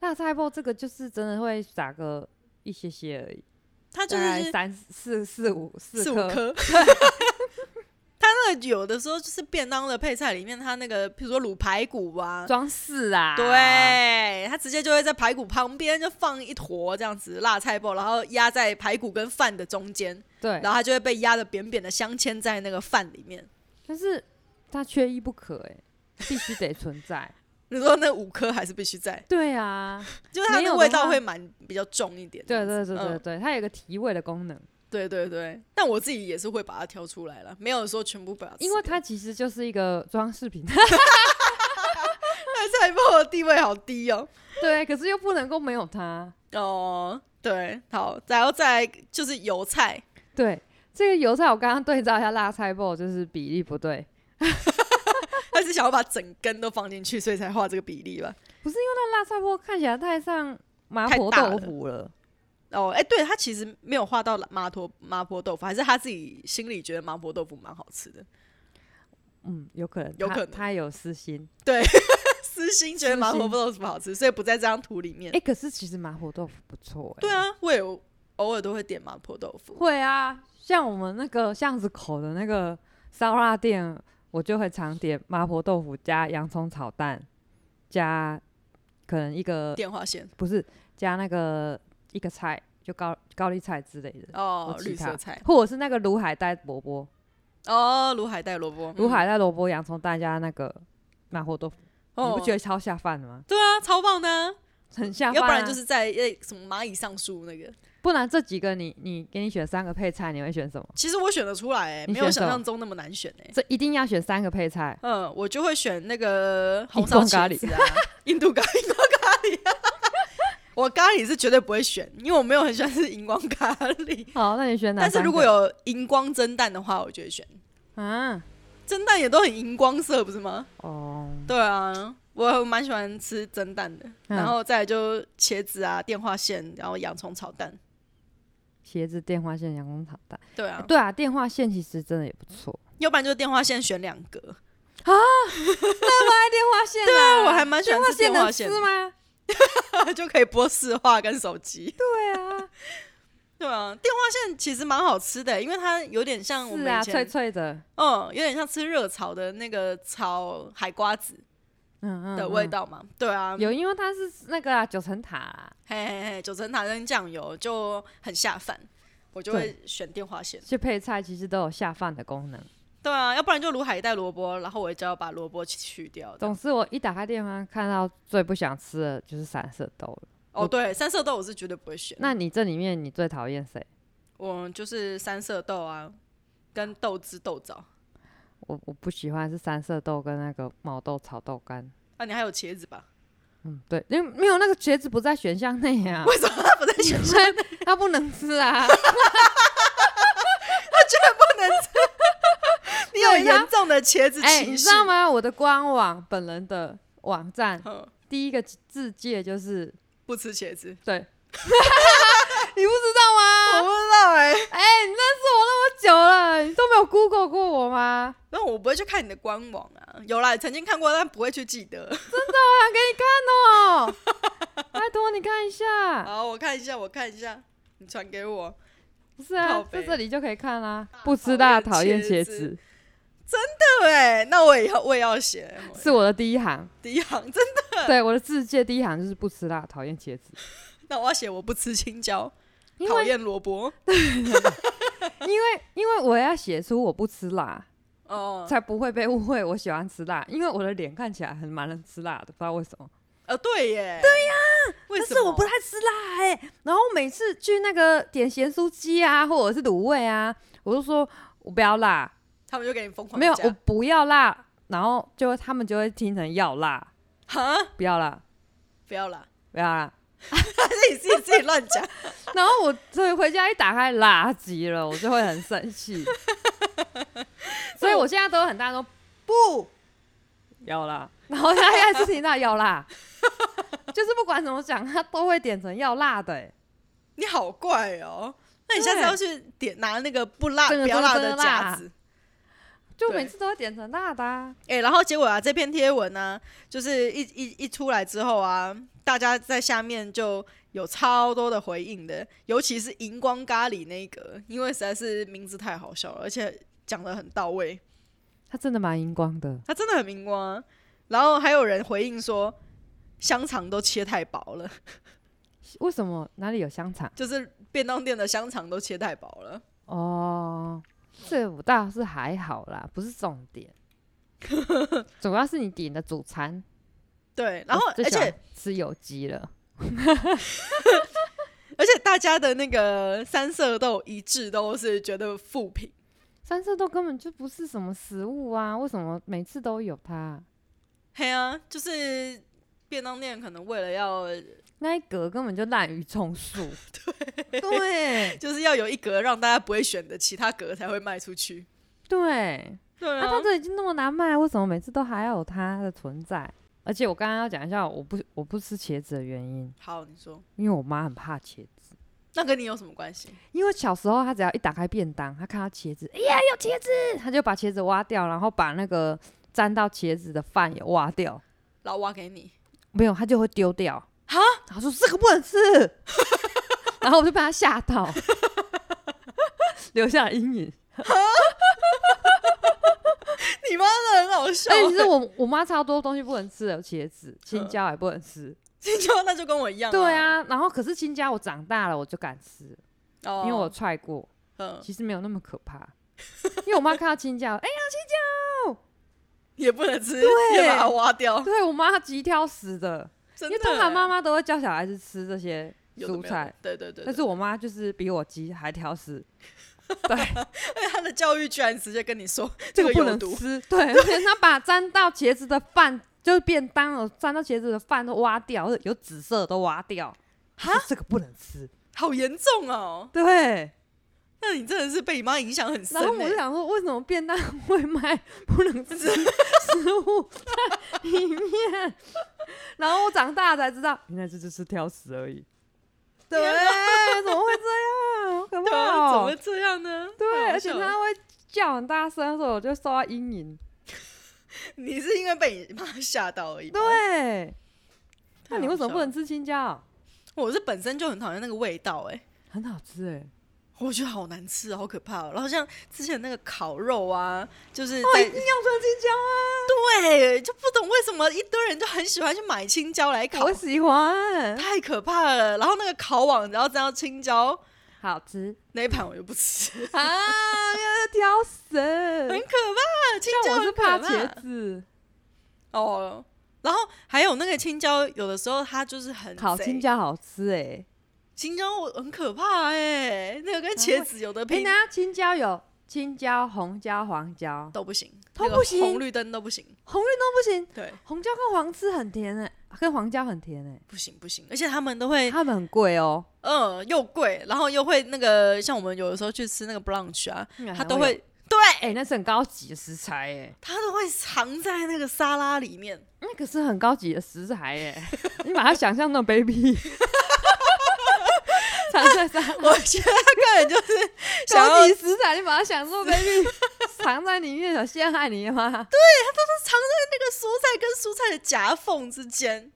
S2: 那菜包这个就是真的会撒个一些些而已。
S1: 它就
S2: 大概
S1: 是
S2: 三四四五四
S1: 四五颗。
S2: 颗，
S1: 它那个有的时候就是便当的配菜里面，它那个比如说卤排骨啊，
S2: 装饰啊，，
S1: 对，它直接就会在排骨旁边就放一坨这样子辣菜包，然后压在排骨跟饭的中间，
S2: 对，
S1: 然后它就会被压的扁扁的镶嵌在那个饭里面。
S2: 但是它缺一不可、欸， 必须得存在。
S1: 你说那五颗还是必须在，
S2: 对啊，
S1: 就是它
S2: 没有
S1: 的
S2: 的
S1: 味道
S2: 话
S1: 会蛮比较重一点这
S2: 对啊
S1: 样子。
S2: 对对对
S1: 嗯
S2: 对，它有个提味的功能，
S1: 对对对，但我自己也是会把它挑出来了，没有说全部把它吃掉。
S2: 因为它其实就是一个装饰 品，
S1: 菜包的地位好低哦。
S2: 对，可是又不能够没有它。
S1: 哦，对，好，然后再来就是油菜，
S2: 对，这个油菜我刚刚对照一下辣菜包，就是比例不对，
S1: 他是想要把整根都放进去，所以才画这个比例吧？
S2: 不是因为那辣菜锅看起来太像麻
S1: 太
S2: 婆
S1: 大
S2: 豆
S1: 了
S2: 腐了，
S1: 哦，哎、对他其实没有画到麻婆麻婆豆腐，还是他自己心里觉得麻婆豆腐蛮好吃的，
S2: 嗯，有可能，
S1: 有
S2: 他
S1: 可能
S2: 他有私心。
S1: 私心觉得麻婆豆腐好吃，所以不在这张图里面。
S2: 哎、可是其实麻婆豆腐不错、欸，
S1: 对啊，我也偶尔都会点麻婆豆腐。
S2: 会啊，像我们那个巷子口的那个烧腊店，我就会常点麻婆豆腐加洋葱炒蛋，加可能一个
S1: 电话线
S2: 不是加那个一个菜，就高高丽菜之类的，
S1: 哦
S2: 我，其
S1: 绿
S2: 他
S1: 色菜
S2: 或者是那个卤海带萝卜，
S1: 哦，卤海带萝卜，
S2: 卤
S1: 嗯
S2: 海带萝卜洋葱蛋加那个麻婆豆腐，
S1: 哦，
S2: 你不觉得超下饭的吗？
S1: 对啊，超棒的啊、
S2: 很下饭、
S1: 要
S2: 啊，
S1: 不然就是在诶什么蚂蚁上树那个。
S2: 不然这几个你你给你选三个配菜，你会选什么？
S1: 其实我选得出来、欸，
S2: 你
S1: 没有
S2: 选什
S1: 想
S2: 么
S1: 象中那么难选哎、
S2: 这一定要选三个配菜，
S1: 嗯，我就会选那个红
S2: 印
S1: 烧
S2: 度咖
S1: 茄
S2: 喱
S1: 子啊，印度咖 喱，印度咖喱、啊。我咖喱是绝对不会选，因为我没有很喜欢吃荧光咖喱。
S2: 好， 那你选哪
S1: 但
S2: 三个？
S1: 是如果有荧光蒸蛋的话，我就会选。
S2: 啊，
S1: 蒸蛋也都很荧光色，不是吗？
S2: 哦，
S1: 对啊，我蛮喜欢吃蒸蛋的。
S2: 嗯
S1: 然后再来就茄子啊、电话线，然后洋葱炒蛋。
S2: 鞋子、电话线、阳光炒蛋。
S1: 对啊，
S2: 对啊，电话线其实真的也不错。
S1: 要不然就电话线选两格。
S2: 电话线对啊
S1: 我还蛮喜欢吃电话
S2: 能
S1: 线
S2: 吃
S1: 的，
S2: 吗？
S1: 就可以播市话跟手机。
S2: 对啊，
S1: 对啊，电话线其实蛮好吃的，因为它有点像嗯我
S2: 是
S1: 们
S2: 啊，
S1: 以前，
S2: 脆脆的，
S1: 嗯，有点像吃热炒的那个炒海瓜子
S2: 嗯嗯
S1: 的味。
S2: 嗯
S1: 道嘛。对啊，
S2: 有，因为它是那个啊九层塔啊，
S1: 嘿嘿嘿，九层塔跟酱油就很下饭，我就会选电话线。
S2: 去配菜其实都有下饭的功能。
S1: 对啊，要不然就卤海带萝卜，然后我就要把萝卜去掉。
S2: 总之，我一打开电话，看到最不想吃的就是散色豆了。
S1: 哦，对，三色豆我是绝对不会选。
S2: 那你这里面你最讨厌谁？
S1: 我就是三色豆啊，跟豆汁豆枣
S2: 我我不喜欢是三色豆跟那个毛豆炒豆干。
S1: 啊，你还有茄子 吧？
S2: 嗯，对，因为没有那个茄子不在选项内啊，
S1: 为什么它不在选 项？
S2: 它不能吃啊。
S1: 你有
S2: 对它
S1: 严重的茄子
S2: 哎、
S1: 歧
S2: 你
S1: 视
S2: 知道？吗？我的官网本人的网站
S1: 嗯，
S2: 第一个字界就是
S1: 不吃茄子。
S2: 对，你不知道
S1: 我
S2: 吗？
S1: 不知道哎、
S2: 哎、你认识我那么久了，你都没有 Google 过我吗？
S1: 那我不会去看你的官网啊，有啦，曾经看过，但不会去记 得。
S2: 我想给你看 哦，拜托你看一下。
S1: 好，我看一下，我看一下，你传给我。
S2: 不是啊
S1: 靠，北
S2: 在这里就可以看啦、不吃辣，
S1: 讨
S2: 讨
S1: 厌
S2: 厌
S1: 茄
S2: 茄
S1: 子
S2: 子，
S1: 对， 那我以后我也要写
S2: 是我的第一 行。
S1: 第一行，真的。
S2: 对，我的字界第一行就是不吃辣，讨厌茄子。
S1: 那我要写我不吃青椒，
S2: 因
S1: 讨
S2: 为
S1: 厌萝卜。
S2: 因为因为我要写出我不吃辣，
S1: 哦、
S2: 才不会被误会我喜欢吃辣，因为我的脸看起来很蛮能吃辣的，不知道为什么。
S1: 呃，对耶，对呀、为
S2: 但
S1: 什
S2: 是
S1: 么？
S2: 我不太吃辣哎、然后每次去那个点咸酥鸡啊，或者是卤味啊，我就说我不要辣，
S1: 他们就给你疯狂
S2: 没有
S1: 加
S2: 我不要辣，然后就会他们就会听成要辣，
S1: 哈，
S2: 不要辣，
S1: 不要 啦，
S2: 不要辣。
S1: 自己自己自己乱讲。
S2: 然后我所以回家一打开辣极了，我就会很生气。所以我现在都很大声说 不要啦，然后他现在是听到要辣， 就是不管怎么讲，他都会点成要辣的、欸。
S1: 你好怪哦，那你下次
S2: 对
S1: 要去点拿那个不辣
S2: 这个
S1: 不要
S2: 真的
S1: 辣
S2: 真
S1: 的
S2: 的辣
S1: 夹子。
S2: 就
S1: 对
S2: 每次都会点成辣的、啊，
S1: 哎、然后结果啊，这篇贴文呢、就是一一一出来之后啊，大家在下面就有超多的回应的，尤其是荧光咖喱那一个，因为实在是名字太好笑了，而且讲的很到位，
S2: 它真的蛮荧光的。
S1: 它真的很荧光啊、然后还有人回应说，香肠都切太薄了，
S2: 为什么哪里有香肠？
S1: 就是便当店的香肠都切太薄了。
S2: 哦，这我倒是还好啦，不是重 点，主要是你点的主餐。
S1: 对，然后
S2: 我最
S1: 而
S2: 喜欢
S1: 且
S2: 吃有机了，
S1: 而且大家的那个三色豆一致都是觉得负评。
S2: 三色豆根本就不是什么食物啊，为什么每次都有它？
S1: 嘿啊，就是便当店可能为了要，
S2: 那一格根本就滥竽充数。 对对
S1: 就是要有一格让大家不会选的，其他格才会卖出去。
S2: 对，啊
S1: 对 啊
S2: 那、它这已经那么难卖，为什么每次都还要有它的存在？而且我刚刚要讲一下，我不我不吃茄子的原因，
S1: 好，你说，
S2: 因为我妈很怕茄子。
S1: 那跟你有什么关系？
S2: 因为小时候她只要一打开便当，她看到茄子，哎呀有茄子，她就把茄子挖掉，然后把那个沾到茄子的饭也挖掉，
S1: 老挖给 你，
S2: 没有她就会丢掉。
S1: 哈，
S2: 她说这个不能吃， 然后我就被她吓到， 留下阴影。
S1: 你妈真的很好笑
S2: 哎、
S1: 欸。
S2: 其实我我妈超多东西不能吃的，有茄子、青椒也不能吃。
S1: 青椒那就跟我一样、
S2: 对，啊，然后可是青椒我长大了我就敢吃，
S1: 哦
S2: 因为我踹过，
S1: 嗯
S2: 其实没有那么可怕。 因为我妈看到青椒，哎、
S1: 也不能吃，
S2: 对
S1: 也把它挖掉，
S2: 对我妈极挑食的，
S1: 真
S2: 因
S1: 的
S2: 为
S1: 欸。
S2: 通常妈妈都会叫小孩子吃这些
S1: 有的
S2: 蔬
S1: 没有
S2: 菜
S1: 的，，对对对对。
S2: 但是我妈就是比我鸡还挑食，
S1: 而且他的教育居然直接跟你说
S2: 这
S1: 个
S2: 个不
S1: 有
S2: 能
S1: 毒，
S2: 吃。对，而且她把沾到茄子的饭，就是便当哦，沾到茄子的饭都挖掉，有紫色的都挖掉，她说这个不能吃。
S1: 好严重哦！
S2: 对，
S1: 那你真的是被你妈影响很深、
S2: 然
S1: 欸。
S2: 后我就想说，为什么便当会卖不能吃食物在里面？然后我长大才知道，原来这就是挑食而已。对，啊怎么会这样？好可
S1: 对
S2: 怕
S1: 啊怎么
S2: 哦、
S1: 会这样呢？
S2: 对，啊
S1: 太好
S2: 而且
S1: 笑
S2: 他
S1: 了
S2: 会叫很大声，所以我就受到阴影。
S1: 你是因为被你妈吓到而已吧。
S2: 对，
S1: 太
S2: 那你
S1: 好
S2: 为什
S1: 笑
S2: 么不能
S1: 了？
S2: 吃青椒？
S1: 我是本身就很讨厌那个味道、欸，哎。
S2: 很好吃哎、
S1: 我觉得好难吃啊，好可怕、哦。然后像之前那个烤肉啊，就是
S2: 哦，
S1: 在、
S2: 一定要吃青椒啊！
S1: 对，就不懂为什么一堆人就很喜欢去买青椒来烤
S2: 我，喜欢，
S1: 太可怕了。然后那个烤网，然后沾到青椒
S2: 好吃
S1: 那一盘我就不吃，
S2: 啊！ 要挑食，
S1: 很可怕。青椒
S2: 但我是
S1: 很可
S2: 怕
S1: 怕
S2: 茄子。
S1: 哦。然后还有那个青椒，有的时候它就是很
S2: 烤
S1: 贼
S2: 青，椒好吃哎、欸！
S1: 青椒我很可怕哎、那个跟茄子 有的
S2: 哎、
S1: 拼、
S2: 那青椒有青椒、红椒、黄椒，
S1: 都不行，
S2: 都
S1: 那个
S2: 不行
S1: 红绿灯都不行，
S2: 红绿都不行，
S1: 对，
S2: 红椒跟黄吃很甜哎、跟黄椒很甜哎、
S1: 不行不行，而且他们都会
S2: 欸，它们很贵哦、
S1: 嗯，又贵，然后又会那个，像我们有的时候去吃那个 brunch 啊，
S2: 嗯
S1: 它都
S2: 还
S1: 会，对，
S2: 哎、那是很高级的食材哎、
S1: 它都会藏在那个沙拉里面。
S2: 那可是很高级的食材哎、 你把它想象成 baby，藏在沙
S1: 我觉得他根本就是想
S2: 高
S1: 要
S2: 级食材，你把它想做 baby，藏在里面有陷害你吗？
S1: 藏在那个蔬菜跟蔬菜的夹缝之间，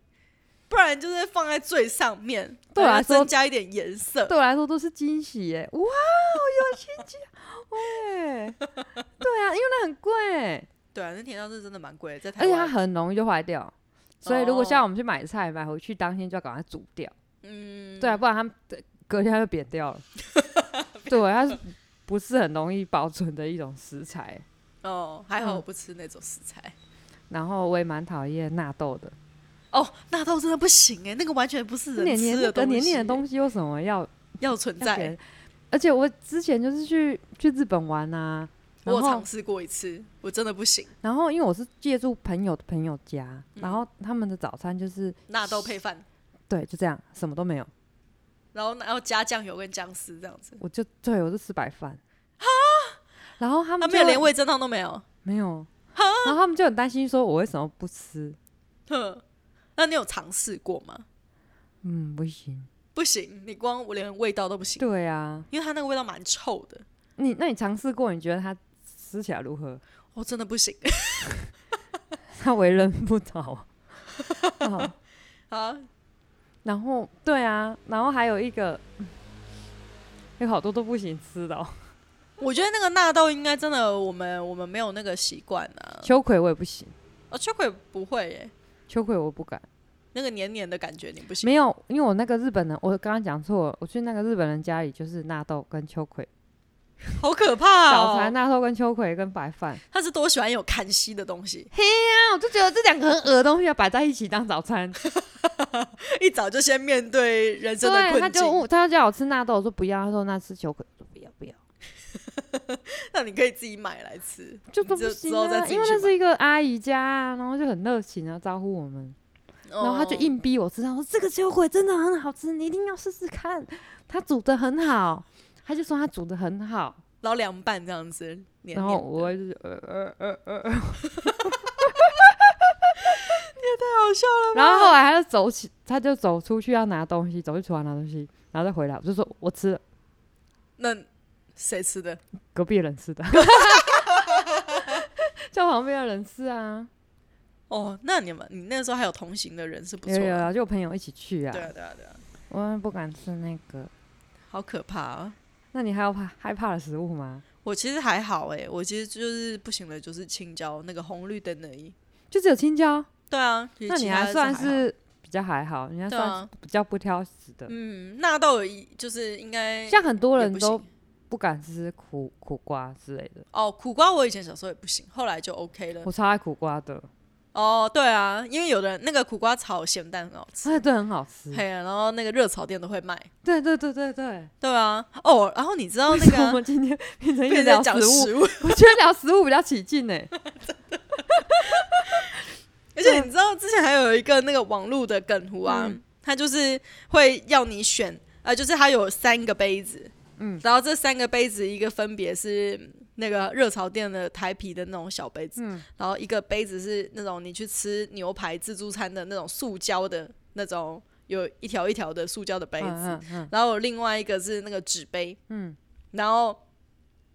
S1: 不然就是放在最上面，
S2: 对我来
S1: 然后增
S2: 说
S1: 加一点颜色。
S2: 对我来说都是惊喜耶！哇，有青椒，喂，对啊，因为那很贵欸，
S1: 对啊，那甜椒是真的蛮贵的，在台
S2: 而且它
S1: 湾，
S2: 很容易就坏掉，所以如果
S1: 哦
S2: 像我们去买菜，买回去当天就要赶快煮掉，
S1: 嗯，
S2: 对啊，不然它们隔天它就扁掉 了。对，它是不是很容易保存的一种食材？
S1: 哦，还好
S2: 嗯
S1: 我不吃那种食材。
S2: 然后我也蛮讨厌纳豆的，
S1: 哦，纳豆真的不行哎，那个完全不是人
S2: 黏黏
S1: 吃
S2: 那
S1: 的
S2: 个
S1: 东西，欸
S2: 黏黏的东西为什么要
S1: 要存
S2: 要给人
S1: 在。？
S2: 而且我之前就是去去日本玩啊，
S1: 我
S2: 然
S1: 有
S2: 后。
S1: 尝试过一次，我真的不行，
S2: 然后因为我是借住朋友的朋友家，
S1: 嗯
S2: 然后他们的早餐就是
S1: 纳豆配饭。
S2: 对，就这样，什么都没有，
S1: 然后然后加酱油跟姜丝这样子，
S2: 我就对我就吃白饭然后他
S1: 他
S2: 们
S1: 没有
S2: 就
S1: 连味增汤都没有。
S2: 没有，然后他们就很担心说，我为什么不吃？
S1: 哼，那你有尝试过吗？
S2: 嗯，不行。
S1: 不行，你光连味道都不行，
S2: 对啊，
S1: 因为它那个味道蛮臭的，
S2: 你那你尝试过？你觉得它吃起来如何？
S1: 我哦真的不行
S2: 它为人不倒。啊
S1: 啊。
S2: 然后对啊，然后还有一个 嗯有好多都不行吃的、哦，
S1: 我觉得那个纳豆应该真的，我们我们没有那个习惯啊。
S2: 秋葵我也不行，
S1: 哦，秋葵不会耶，
S2: 秋葵我不敢。
S1: 那个黏黏的感觉你不行。
S2: 没有，因为我那个日本人，我刚刚讲错了，我去那个日本人家里就是纳豆跟秋葵，
S1: 好可怕
S2: 早餐
S1: 哦！
S2: 纳豆跟秋葵跟白饭，
S1: 他是多喜欢有看稀的东西，
S2: 那我就觉得这两个很恶的东西要摆在一起当早 餐，
S1: 一早就先面对人生的
S2: 对，他
S1: 困
S2: 就问
S1: 境。
S2: 我他就叫我吃纳豆，我说不要，他说那吃秋葵，我说不要不要，
S1: 那你可以自己买来吃，
S2: 就都
S1: 你就
S2: 不行
S1: 之后再
S2: 啊，
S1: 自己
S2: 因为
S1: 去
S2: 那
S1: 买
S2: 是一个阿姨家啊，然后就很热情啊招呼我们，
S1: 然
S2: 然后他
S1: 哦
S2: 就硬逼我吃，他说这个秋葵真的很好吃，你一定要试试看，他煮的很好，他就说他煮的很好，
S1: 然后凉拌这样子，黏黏
S2: 然后
S1: 的
S2: 我就是呃呃呃呃。
S1: 好好笑了。
S2: 然后后来他就走起，他就走出去要拿东西，走去厨房拿东西，然后再回来，我就说我吃了
S1: 那谁吃的？
S2: 隔壁的人吃的， 叫旁边的人吃啊，
S1: 哦，那你们你那时候还有同行的人是不
S2: 有
S1: 错
S2: 有
S1: 的。
S2: 啊，就我朋友一起去啊
S1: 对，啊，对啊，对啊，
S2: 我不敢吃那个。
S1: 好可怕啊！
S2: 那你还有怕害怕的食物吗？
S1: 我其实还好诶、我其实就是不行的，就是青椒那个红绿灯而已。
S2: 就只有青椒，
S1: 对啊，其实
S2: 那
S1: 其
S2: 你
S1: 他的
S2: 还
S1: 还
S2: 算
S1: 好
S2: 是比较还好，人家
S1: 对
S2: 算
S1: 啊
S2: 是，比较不挑食的。
S1: 嗯，纳豆有一就是应该
S2: 像很多
S1: 也
S2: 人
S1: 不
S2: 都
S1: 行
S2: 不敢吃苦苦瓜之类的，
S1: 哦，苦瓜我以前小时候也不行，后来就 OK 了
S2: 我。超爱苦瓜的，
S1: 哦，对啊，因为有的人那个苦瓜炒咸蛋很好吃，
S2: 哎，对，很好吃。
S1: 嘿，然后那个热炒店都会卖。
S2: 对对对对对。
S1: 对啊，哦，然后你 知道
S2: 为
S1: 那
S2: 什
S1: 个
S2: 么我
S1: 啊
S2: 们今天变成一直
S1: 变成
S2: 聊
S1: 讲
S2: 食物？
S1: 食 物，
S2: 我觉得聊食物比较 起劲呢。
S1: 而且你知道之前还有一个那个网络的梗图啊，
S2: 嗯
S1: 他就是会要你选，呃，就是他有三个杯子，
S2: 嗯
S1: 嗯，然后这三个杯子一个分别是那个热潮店的台啤的那种小杯子，
S2: 嗯
S1: 然后一个杯子是那种你去吃牛排自助餐的那种塑胶的那种有一条一条的塑胶的杯子，
S2: 嗯嗯嗯
S1: 然后有另外一个是那个纸杯，
S2: 嗯
S1: 然后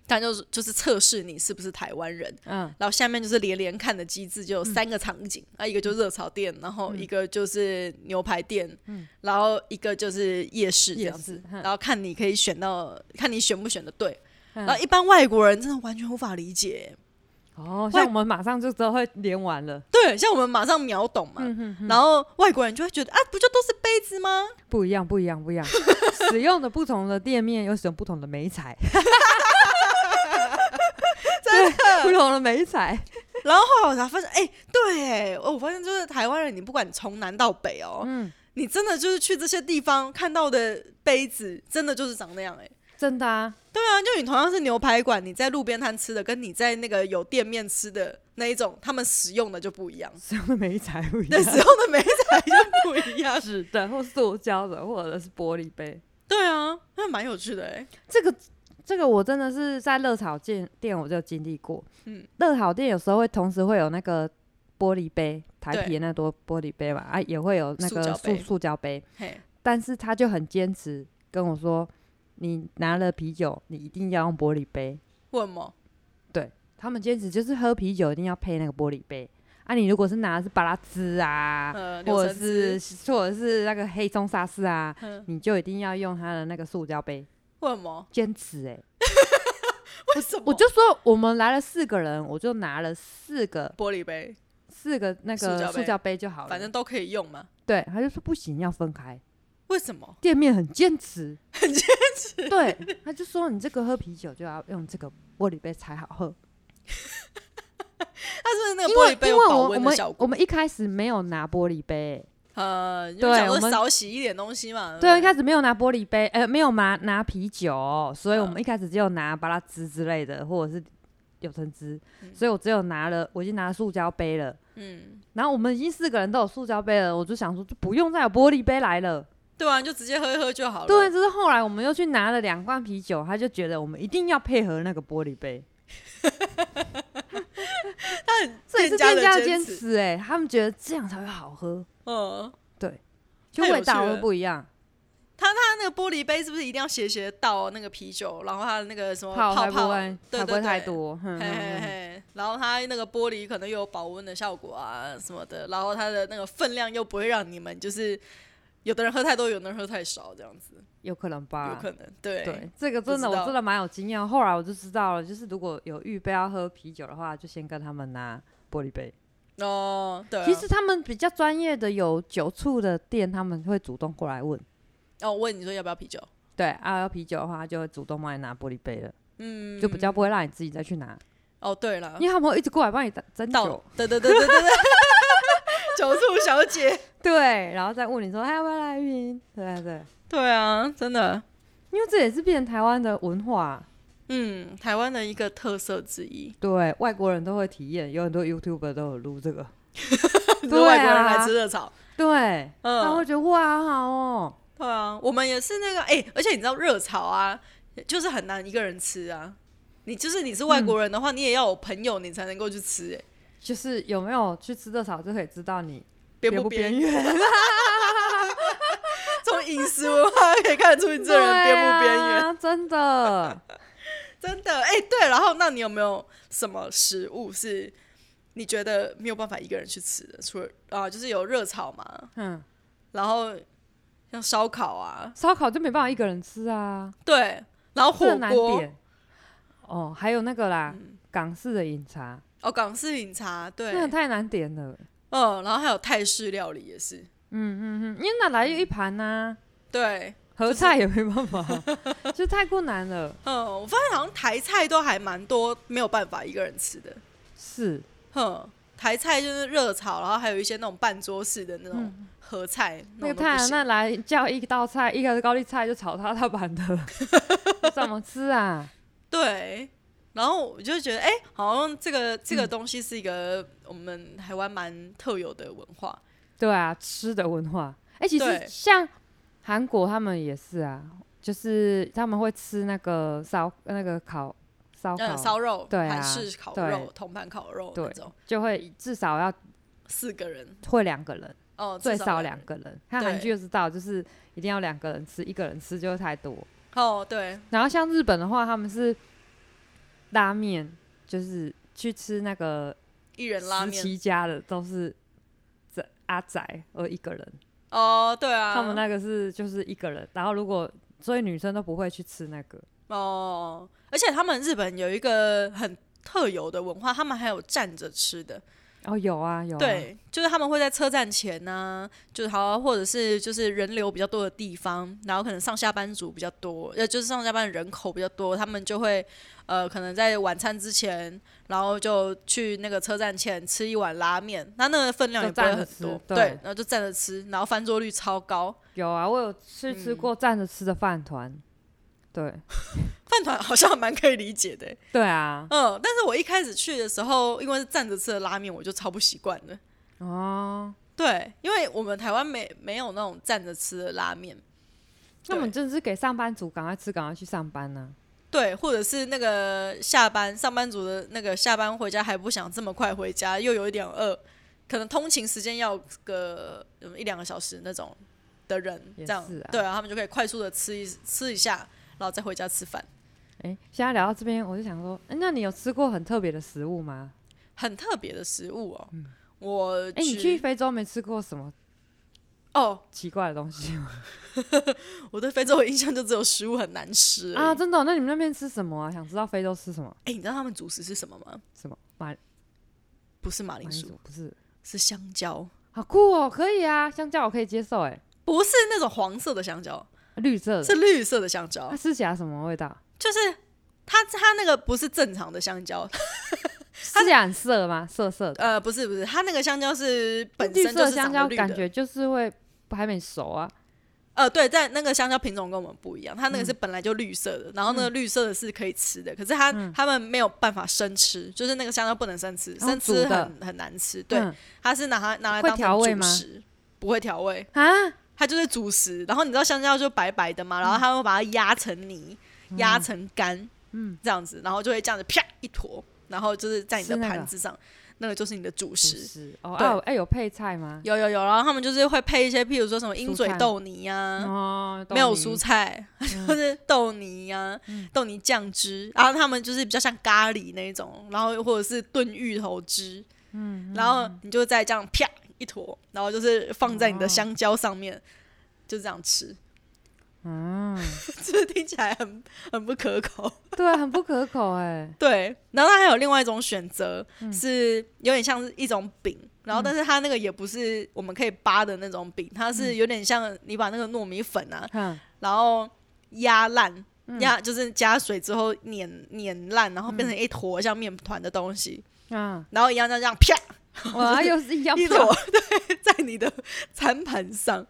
S1: 他就是就是测试你是不是台湾人。
S2: 嗯，
S1: 然后下面就是连连看的机制，就有三个场景，啊，一个就是热炒店，然后一个就是牛排店，然后一个就是夜市这
S2: 也
S1: 样子，
S2: 是。嗯
S1: 然后看你可以选到，看你选不选的对。
S2: 嗯
S1: 然后一般外国人真的完全无法理解，
S2: 哦，
S1: 外
S2: 像我们马上就都会连完了，
S1: 对，像我们马上秒懂嘛，然后外国人就会觉得啊，不就都是杯子吗？
S2: 不一样，不一样，不一样。使用的不同的店面有使用不同的美彩，
S1: 真的
S2: 不同的美彩。
S1: 然后后来我才发现，哎、对，哎，我发现就是台湾人，你不管从南到北哦，
S2: 嗯，
S1: 你真的就是去这些地方看到的杯子，真的就是长那样、哎。
S2: 真的啊，
S1: 对啊，就你同样是牛排馆，你在路边摊吃的，跟你在那个有店面吃的那一种，他们使用的就不一 样，
S2: 使用的美彩不一
S1: 对，。
S2: 样
S1: 使用的媒材就不一样。
S2: 纸的或塑胶的，或者是玻璃杯。
S1: 对啊，那蛮有趣的哎、
S2: 这个这个我真的是在热炒店店我就经历过，嗯
S1: 嗯，
S2: 热炒店有时候会同时会有那个玻璃杯，台
S1: 对
S2: 啤的那多玻璃杯嘛，啊也会有那
S1: 塑
S2: 个
S1: 胶
S2: 塑
S1: 杯
S2: 塑胶杯，
S1: 嘿，
S2: 但是他就很坚持跟我说，你拿了啤酒，你一定要用玻璃杯。
S1: 问吗？
S2: 他们坚持就是喝啤酒一定要配那个玻璃杯，啊你如果是拿的是巴拉汁啊，
S1: 呃，柳
S2: 或者
S1: 橙汁
S2: 是或者是那个黑松沙士啊，
S1: 嗯
S2: 你就一定要用它的那个塑胶杯。
S1: 问吗？
S2: 坚持哎、
S1: 为什么？
S2: 我就说我们来了四个人，我就拿了四个
S1: 玻璃杯，
S2: 四个那
S1: 塑
S2: 个
S1: 胶杯
S2: 塑胶杯就好了。
S1: 反正都可以用嘛。
S2: 对，他就说不行，要分开。
S1: 为什么？
S2: 店面很坚持，
S1: 很坚
S2: 持。对，他就说你这个喝啤酒就要用这个玻璃杯才好喝，
S1: 它是不是那
S2: 因
S1: 个玻
S2: 为
S1: 璃杯
S2: 因
S1: 有
S2: 为
S1: 保
S2: 我我
S1: 温
S2: 们
S1: 的效
S2: 我
S1: 果？
S2: 们一开始没有拿玻璃杯，
S1: 呃，你就
S2: 对
S1: 想
S2: 我
S1: 说
S2: 们
S1: 少洗一点东西嘛。
S2: 对，
S1: 对不对，
S2: 一开始没有拿玻璃杯，呃，没有拿拿啤酒，所以我
S1: 嗯
S2: 们一开始只有拿巴拉汁之类的，或者是柳橙汁，
S1: 嗯
S2: 所以我只有拿了，我已经拿了塑胶杯了。
S1: 嗯，
S2: 然后我们已经四个人都有塑胶杯了，我就想说就不用再有玻璃杯来了。
S1: 对啊，你就直接喝一喝就好了。
S2: 对，，就是后来我们又去拿了两罐啤酒，他就觉得我们一定要配合那个玻璃 杯，这也是
S1: 店
S2: 店家的
S1: 的
S2: 坚
S1: 坚。
S2: 持哎、他们觉得这样才会好喝，
S1: 嗯，
S2: 就
S1: 太有
S2: 味道
S1: 趣
S2: 会
S1: 了
S2: 不一样，
S1: 它那个玻璃杯是不是一定要斜斜倒那个啤酒，然后它的那个什么
S2: 泡
S1: 哦泡
S2: 才不
S1: 泡，
S2: 会
S1: 对对
S2: 才不会太
S1: 对
S2: 多。嗯
S1: 嘿
S2: 嗯嗯
S1: 嘿嘿，然后它那个玻璃可能又有保温的效果啊什么的，然后它的那个分量又不会让你们就是有的人喝太多，有的人喝太少这样子，
S2: 有可能
S1: 有
S2: 吧。
S1: 可能对
S2: 啊对，这个
S1: 不
S2: 真的
S1: 知
S2: 我
S1: 道
S2: 真的蛮有经验。后来我就知道了，就是如果有预备要喝啤酒的话，就先跟他们拿玻璃杯。
S1: 哦，对啊、
S2: 其实他们比较专业的有酒醋的店，他们会主动过来问。
S1: 哦，我问你说要不要啤酒，
S2: 对，啊，要啤酒的话，他就会主动帮你拿玻璃杯了，
S1: 嗯，
S2: 就比较不会让你自己再去拿，
S1: 哦，对了
S2: 因，为他们会一直过来帮你斟斟
S1: 倒
S2: 酒，，
S1: 对对对对对对， 酒醋小姐，
S2: 对，然后再问你说，哎，要不要来一瓶？对对对，
S1: 对啊，真的，
S2: 因为这也是变成台湾的文化，
S1: 嗯，台湾的一个特色之一，
S2: 对，外国人都会体验，有很多 YouTuber 都有录 这个，
S1: 你
S2: 对
S1: 说外国人来
S2: 啊
S1: 吃热炒，
S2: 对，
S1: 嗯，
S2: 他会觉得哇，好好哦，
S1: 对啊，我们也是那个哎、而且你知道热炒啊，就是很难一个人吃啊。你就是你是外国人的话，你也要有朋友，你才能够去吃、哎，
S2: 就是有没有去吃热炒就可以知道你
S1: 边
S2: 不
S1: 不边
S2: 边
S1: 缘。从饮食文化可以看出你这人边不边缘，
S2: 对啊真的。
S1: 真的。哎、对，然后那你有没有什么食物是你觉得没有办法一个人去吃的？除了啊，就是有热炒嘛，
S2: 嗯，
S1: 然后像烧烤啊，
S2: 烧烤就没办法一个人吃啊，
S1: 对，然后
S2: 这个
S1: 火
S2: 难
S1: 锅
S2: 点。哦，还有那个啦，港式的饮茶，
S1: 哦，港式饮茶，对
S2: 那，个太难点了。
S1: 嗯，然后还有泰式料理也是，
S2: 嗯嗯嗯，因为哪来一盘呐、
S1: 对，
S2: 合菜也没办法， 就太困难了。
S1: 嗯，我发现好像台菜都还蛮多没有办法一个人吃的，
S2: 是，
S1: 哼，台菜就是热炒，然后还有一些那种半桌式的那种合菜，
S2: 嗯那个
S1: 种都不
S2: 太阳
S1: 行
S2: 那来叫一道菜，一个高丽菜就炒它大板的， 怎么吃啊？
S1: 对，然后我就觉得，哎、好像这个这
S2: 嗯
S1: 个东西是一个我们台湾蛮特有的文化。
S2: 对啊，吃的文化。哎、其
S1: 对
S2: 实像韩国他们也是啊，就是他们会吃那个烧那个烤烧烤，
S1: 嗯，烧肉、
S2: 对啊
S1: 韩式烤
S2: 对
S1: 肉、铜盘烤肉那
S2: 对
S1: 种，
S2: 就会至少要
S1: 四个人
S2: 会两个人，
S1: 哦，
S2: 最
S1: 少
S2: 少
S1: 人
S2: 两个人。看韩剧就知道，就是一定要两个人吃，一个人吃就会太多。
S1: 哦，对，
S2: 然后像日本的话，他们是拉面，就是去吃那个
S1: 一人拉
S2: 十
S1: 面
S2: 七家的都是这阿宅而一个人，
S1: 哦，对啊，
S2: 他们那个是就是一个人。然后如果所以女生都不会去吃那个，
S1: 哦，而且他们日本有一个很特有的文化，他们还有站着吃的，
S2: 哦，有啊有啊，，
S1: 对，就是他们会在车站前呢、就是好，啊或者是就是人流比较多的地方，然后可能上下班族比较多，呃，就是上下班人口比较多，他们就会呃，可能在晚餐之前，然后就去那个车站前吃一碗拉面，那那个分量也不
S2: 就
S1: 会
S2: 站着
S1: 很多，
S2: 吃对
S1: 然后就站着吃，然后翻桌率超高，
S2: 有啊，我有去吃
S1: 嗯
S2: 过站着吃的饭团，对
S1: 饭团好像蛮可以理解的欸、
S2: 对啊，
S1: 嗯，但是我一开始去的时候，因为是站着吃的拉面，我就超不习惯的。
S2: 哦，
S1: 对，因为我们台湾没没有那种站着吃的拉面，
S2: 那我们真的是给上班族赶快吃，赶快去上班啊呢、
S1: 对，或者是那个下班上班族的那个下班回家还不想这么快回家，又有一点饿，可能通勤时间要个嗯一两个小时那种的人，
S2: 也
S1: 这样、
S2: 是啊
S1: 对啊，他们就可以快速的吃一吃一下，然后再回家吃饭。
S2: 哎、现在聊到这边，我就想说，诶那你有吃过很特别的食物吗？
S1: 很特别的食物哦，我
S2: 嗯哎、你去非洲没吃过什么
S1: 哦，
S2: 奇怪的东西吗？
S1: 我对非洲的印象就只有食物很难吃而已
S2: 啊，真的哦、那你们那边吃什么啊？想知道非洲吃什么？
S1: 哎、你知道他们主食是什么吗？
S2: 什么马
S1: 不是马
S2: 马
S1: 铃
S2: 铃
S1: 薯，
S2: 薯？不是，
S1: 是香蕉，
S2: 好酷哦，可以啊，香蕉我可以接受，哎，
S1: 不是那种黄色的香蕉，
S2: 绿色的，
S1: 是绿色的香蕉
S2: 它。吃起来什么味道？
S1: 就是它它那个不是正常的香蕉，
S2: 吃起来很涩吗？涩涩的，
S1: 呃，不是不是，它那个香蕉是本
S2: 绿
S1: 身就
S2: 色
S1: 是
S2: 香
S1: 长
S2: 蕉
S1: 得绿的
S2: 感觉就是会还没熟啊，
S1: 呃，对，但那个香蕉品种跟我们不一样，它那个
S2: 嗯
S1: 是本来就绿色的，然后那个绿色的是可以吃的，可是它、它们没有办法生吃，就是那个香蕉不能生吃，
S2: 嗯哦
S1: 生吃
S2: 煮的
S1: 很很难吃。对，
S2: 嗯
S1: 它是拿它拿来
S2: 会
S1: 当
S2: 调味
S1: 成主
S2: 吗
S1: 食，不会调味，
S2: 啊，
S1: 它就是主食。然后你知道香蕉就白白的
S2: 嗯
S1: 嘛，然后它会把它压成泥，压成干，嗯，这样子，然后就会这样子啪一坨，然后就是在你的
S2: 是那个
S1: 盘子上，那个就是你的主
S2: 不
S1: 食。
S2: 是哦，
S1: 对
S2: 啊，哎、有配菜吗？
S1: 有有有，然后他们就是会配一些，譬如说什么鹰嘴
S2: 蔬菜
S1: 豆泥啊呀、
S2: 哦，
S1: 没有蔬
S2: 蔬菜，
S1: 菜， 就是豆泥呀、豆泥酱汁，然后他们就是比较像咖喱那一种，然后或者是炖芋头汁，嗯，然后你就再这样啪一坨，然后就是放在你的
S2: 哦
S1: 香蕉上面，就这样吃，
S2: 嗯，
S1: 就是听起来很很不可口。
S2: 对，啊很不可口哎、
S1: 对，然后它还有另外一种选择，是有点像是一种饼，然后但是它那个也不是我们可以扒的那种饼，它是有点像你把那个糯米粉啊，
S2: 哼，
S1: 然后压烂，
S2: 嗯
S1: 压就是加水之后碾碾烂，然后变成一坨像面团的东西，
S2: 嗯，
S1: 然后一样这样这样啪
S2: 哇，又是一样
S1: 一
S2: 不好
S1: 坨 对在你的餐盘
S2: 嗯
S1: 上。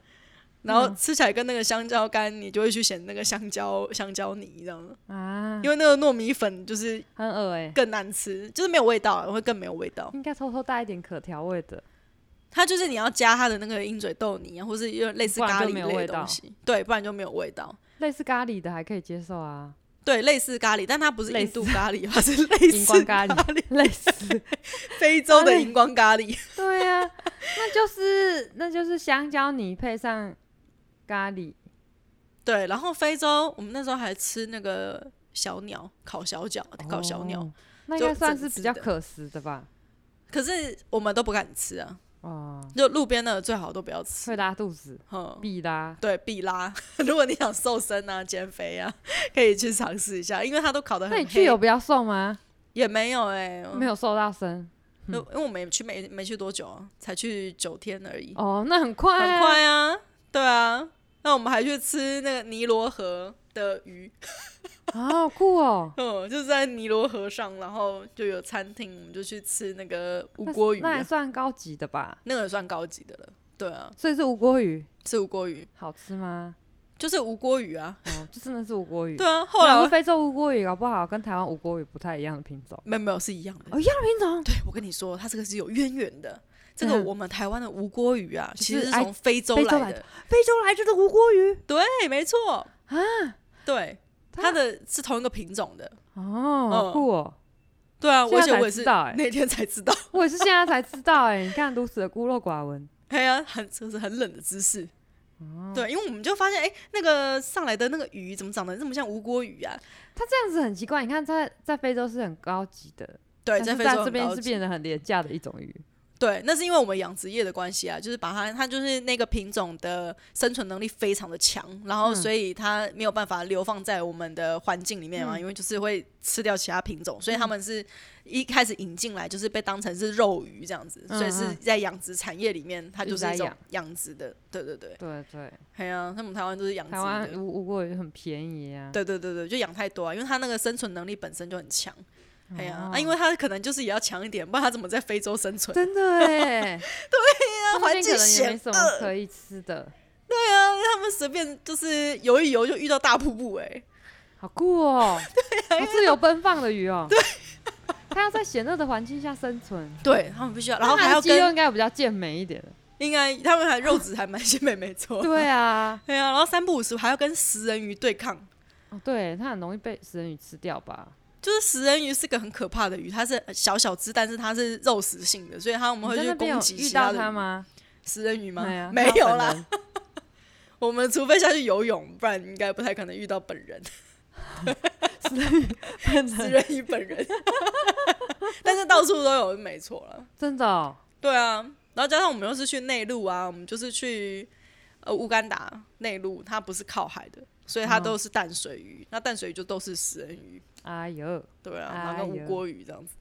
S1: 然后吃起来跟那个香蕉干，你就会去选那个香蕉香蕉泥这样，
S2: 啊，
S1: 因为那个糯米粉就是
S2: 很恶哎、
S1: 更难吃，就是没有味道，会更没有味道。
S2: 应该偷偷带一点可调味的。
S1: 它就是你要加它的那个鹰嘴豆泥啊，或是有点类似
S2: 不然
S1: 咖
S2: 就
S1: 喱
S2: 没有
S1: 类
S2: 味
S1: 的东
S2: 道
S1: 西，对，不然就没有味道。
S2: 类似咖喱的还可以接受啊，
S1: 对，类似咖喱，但它不是
S2: 类
S1: 印
S2: 似
S1: 度咖喱，它是类 似
S2: 荧光咖喱
S1: 喱，
S2: 类似，
S1: 非洲
S2: 啊
S1: 的
S2: 类
S1: 荧光咖喱。
S2: 对呀、那就是那就是香蕉泥配上咖喱，
S1: 对，然后非洲我们那时候还吃那个小鸟，烤小脚，烤小鸟，
S2: 哦，那应
S1: 就
S2: 该算
S1: 整
S2: 是
S1: 只
S2: 比较
S1: 的
S2: 可食的吧？
S1: 可是我们都不敢吃啊，
S2: 哦，
S1: 就路边的最好都不要吃
S2: 会。拉肚子，
S1: 嗯，
S2: 必拉。
S1: 对，必拉。 如果你想瘦身啊、减肥啊， 可以去尝试一下，因为它都烤的
S2: 那你
S1: 很
S2: 去
S1: 黑
S2: 有。比较瘦吗？
S1: 也没有哎、
S2: 没有瘦到身
S1: 有，因为我们也去没没去多久啊，才去九天而已，
S2: 哦，那很快、
S1: 很
S2: 啊，
S1: 快啊。对啊，那我们还去吃那个尼罗河的鱼，
S2: 啊，好酷 哦！
S1: 嗯，就是在尼罗河上，然后就有餐厅，我们就去吃那个无锅鱼啊、
S2: 那还算高级的吧？
S1: 那个也算高级的了。对啊，
S2: 所以是无锅鱼，
S1: 吃无锅鱼
S2: 好吃吗？
S1: 就是无锅鱼啊。
S2: 哦，就真的是无锅鱼。
S1: 对啊，后来
S2: 我
S1: 我
S2: 们非洲无锅鱼搞不好跟台湾无锅鱼不太一样的品种。
S1: 没有没有是一样的。
S2: 哦，一样的品种，
S1: 对，我跟你说，它这个是有渊源的。这个
S2: 嗯
S1: 我们台湾的无锅鱼啊，其
S2: 是
S1: 实是
S2: 埃
S1: 从非洲
S2: 非洲
S1: 来
S2: 来
S1: 的。
S2: 非洲来就是无锅鱼
S1: 对，没错，
S2: 啊！
S1: 对，它的是同一个品种的。
S2: 哦，
S1: 嗯
S2: 好酷哦！
S1: 对啊，我
S2: 现
S1: 而且
S2: 在
S1: 我
S2: 才
S1: 也
S2: 知
S1: 是
S2: 道欸
S1: 那天才知道。
S2: 我也是现在才知道哎，你看如此的孤陋寡闻。
S1: 哎呀，很这是很冷的知识。
S2: 哦
S1: 对，因为我们就发现，哎、那个上来的那个鱼怎么长得这么像无锅鱼啊？
S2: 它这样子很奇怪，你看在在非洲是很高级的，
S1: 对，
S2: 但是
S1: 非
S2: 在
S1: 洲
S2: 这
S1: 很
S2: 边
S1: 高
S2: 是
S1: 级。
S2: 变得很廉价的一种鱼。
S1: 对，那是因为我们养殖业的关系啊，就是把它，它就是那个品种的生存能力非常的强，然后
S2: 嗯
S1: 所以它没有办法流放在我们的环境里面嘛，
S2: 嗯
S1: 因为就是会吃掉其他品种，所以他们是一开始引进来就是被当成是肉鱼这样子，
S2: 嗯
S1: 所以是在养殖产业里面，它
S2: 一直
S1: 就是
S2: 在
S1: 一种
S2: 养
S1: 养殖的，对对对，
S2: 对对，
S1: 哎呀、啊，他们台湾都是养殖
S2: 台湾
S1: 的，
S2: 无无锅鱼很便宜啊。
S1: 对对对对，就养太多啊，因为它那个生存能力本身就很强，哎呀、啊，
S2: 哦
S1: 因为它可能就是也要强一点，不然它怎么在非洲生 存？
S2: 真的哎，
S1: 啊
S2: 那
S1: 环
S2: 边
S1: 境
S2: 可能也
S1: 险
S2: 没什么可以吃的，
S1: 对啊，他们随便就是游一游就遇到大瀑布哎、
S2: 好酷 哦！好自由奔放的鱼哦。对， 它要在险恶的环境下生存，
S1: 对他们必须要，然后
S2: 那它
S1: 还
S2: 的
S1: 要
S2: 肌肉
S1: 跟
S2: 应该比较健美一点的。
S1: 应该他们还肉质还蛮鲜美，没错。
S2: 对啊，
S1: 对啊，然后三不五时还要跟食人鱼对抗，
S2: 哦对，它很容易被食人鱼吃掉吧？
S1: 就是食人鱼是个很可怕的鱼，它是小小只，但是它是肉食性的，所以它我
S2: 我
S1: 们会
S2: 在
S1: 去
S2: 那边
S1: 攻
S2: 有
S1: 击
S2: 遇
S1: 其
S2: 到
S1: 的
S2: 它
S1: 鱼
S2: 吗？
S1: 食人鱼吗？
S2: 对啊
S1: 没有啦，，
S2: 它本人
S1: 我们除非下去游泳，不然应该不太可能遇到本 人食人鱼本人， 但是到处都有，没错了。
S2: 真的哦，
S1: 对啊，然后加上我们又是去内陆啊，我们就是去呃乌干达内陆，它不是靠海的，所以它
S2: 嗯
S1: 都是淡水鱼。那淡水鱼就都是食人鱼，
S2: 哎呦，
S1: 对啊，然后
S2: 哎
S1: 跟
S2: 呦
S1: 无锅鱼这样子，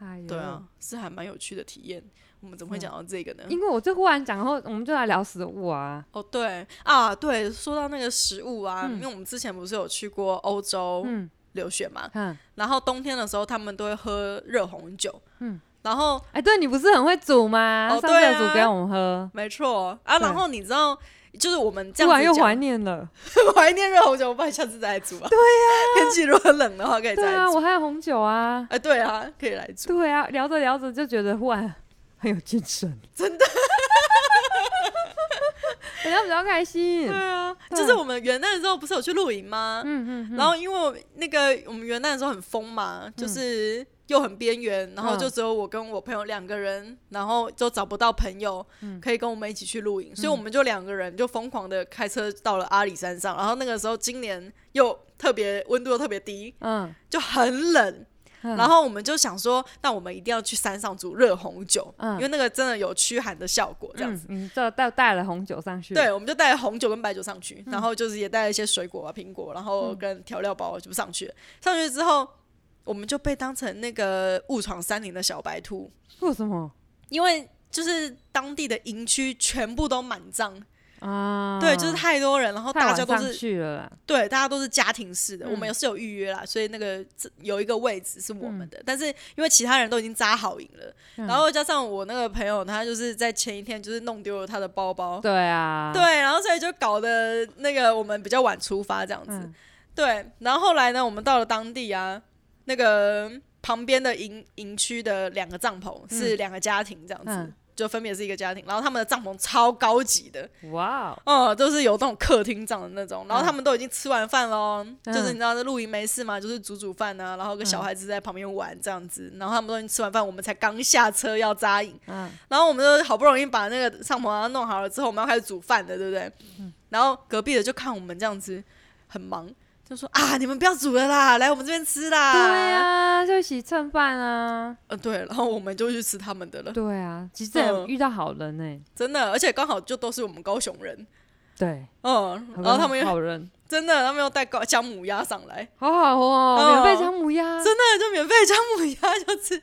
S2: 哎呦，
S1: 对啊，是还蛮有趣的体验。我们怎么会讲到这个呢？
S2: 因为我就忽然讲后，我们就来聊食物啊。
S1: 哦，对啊，对，说到那个食物啊，
S2: 嗯
S1: 因为我们之前不是有去过欧洲
S2: 嗯
S1: 留学嘛，
S2: 嗯，
S1: 然后冬天的时候他们都会喝热红酒，
S2: 嗯，
S1: 然后
S2: 哎，对你不是很会煮吗？
S1: 哦
S2: 上次
S1: 对
S2: 有
S1: 啊
S2: 煮给我们喝，
S1: 没错啊，
S2: 对
S1: 然后你知道。就是我们这
S2: 突然
S1: 样
S2: 又
S1: 子讲
S2: 怀，念了。
S1: 怀念热红酒，不然下次再来煮吧。对呀、天气如果冷的话，可以
S2: 啊对
S1: 再来
S2: 啊，
S1: 煮。
S2: 我还有红酒 啊。
S1: 哎、对啊，可以来煮。
S2: 对啊，聊着聊着就觉得忽然 很有精 神，真的， 聊比较开 心
S1: 对。啊，
S2: 对
S1: 就是我们元旦的时候不是有去露营吗？
S2: 嗯嗯嗯
S1: 然后因为我那个我们元旦的时候很疯嘛，就是又很边缘，然后就只有我跟我朋友两个人，然后就找不到朋友
S2: 嗯
S1: 可以跟我们一起去露营，所以我们就两个人就疯狂的开车到了阿里山上。然后那个时候今年又特别温度又特别低，
S2: 嗯，
S1: 就很冷。
S2: 嗯
S1: 然后我们就想说，那我们一定要去山上煮热红酒，
S2: 嗯
S1: 因为那个真的有驱寒的效果，这样子。
S2: 嗯，你这带带了红酒上去，
S1: 对，我们就带红酒跟白酒上去，
S2: 嗯
S1: 然后就是也带了一些水果啊、苹果，然后跟调料包就上去了。上去之后，我们就被当成那个误闯山林的小白兔，
S2: 为什么
S1: 因为就是当地的营区全部都满帐，
S2: 啊？
S1: 对，就是太多人，然后
S2: 太
S1: 大
S2: 晚
S1: 家都
S2: 上
S1: 是
S2: 去了啦，
S1: 对，大家都是家庭式的，
S2: 嗯
S1: 我们有是有预约啦，所以那个这有一个位置是我们的，但是因为其他人都已经扎好营了，
S2: 嗯
S1: 然后加上我那个朋友，他就是在前一天就是弄丢了他的包包，
S2: 对啊，
S1: 对，然后所以就搞得那个我们比较晚出发这样子，
S2: 嗯，
S1: 对，然后后来呢，我们到了当地啊，那个旁边的营营区的两个帐篷是两个家庭这样子，
S2: 嗯
S1: 就分别是一个家庭，然后他们的帐篷超高级的，
S2: 哇哦，
S1: 嗯，都是有那种客厅帐的那种，然后他们都已经吃完饭喽，
S2: 嗯
S1: 就是你知道这露营没事嘛，就是煮煮饭啊，然后跟小孩子在旁边玩这样子，然后他们都已经吃完饭，我们才刚下车要扎营，
S2: 嗯
S1: 然后我们就好不容易把那个帐篷啊弄好了之后，我们要开始煮饭了，对不对？
S2: 嗯
S1: 然后隔壁的就看我们这样子很忙，就说啊，你们不要煮了啦，来我们这边吃啦。
S2: 对啊，就一起蹭饭啊，
S1: 呃对，然后我们就去吃他们的了，
S2: 对啊，其实这也
S1: 嗯
S2: 遇到好人欸呢、
S1: 真的，而且刚好就都是我们高雄人，
S2: 对，
S1: 嗯，然后他们又
S2: 好人，
S1: 真的，他们又带高姜母鸭上来，
S2: 好好哦，免
S1: 嗯
S2: 费姜母鸭，
S1: 真的就免费姜母鸭就吃，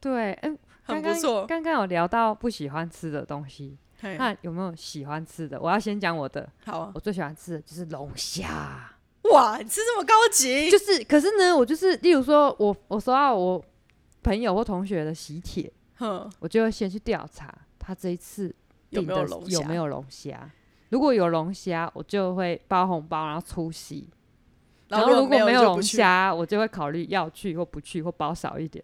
S2: 对，哎、
S1: 很
S2: 刚
S1: 不
S2: 刚
S1: 错。
S2: 刚啊刚有聊到不喜欢吃的东西，
S1: 嘿
S2: 那有没有喜欢吃的？我要先讲我的，
S1: 好啊，
S2: 我最喜欢吃的就是龙虾，
S1: 哇，你吃这么高级，
S2: 就是，可是呢，我就是，例如说我我收到我朋友或同学的喜帖，
S1: 哼，
S2: 我就会先去调查他这一次
S1: 有
S2: 订
S1: 没
S2: 的
S1: 有龙虾？
S2: 有没有龙虾。如果有龙虾，我就会包红包，然后出席。
S1: 然
S2: 然
S1: 后
S2: 后
S1: 如
S2: 如果没有
S1: 就不
S2: 龙
S1: 去，
S2: 虾，我就会考虑要去或不去，或包少一点。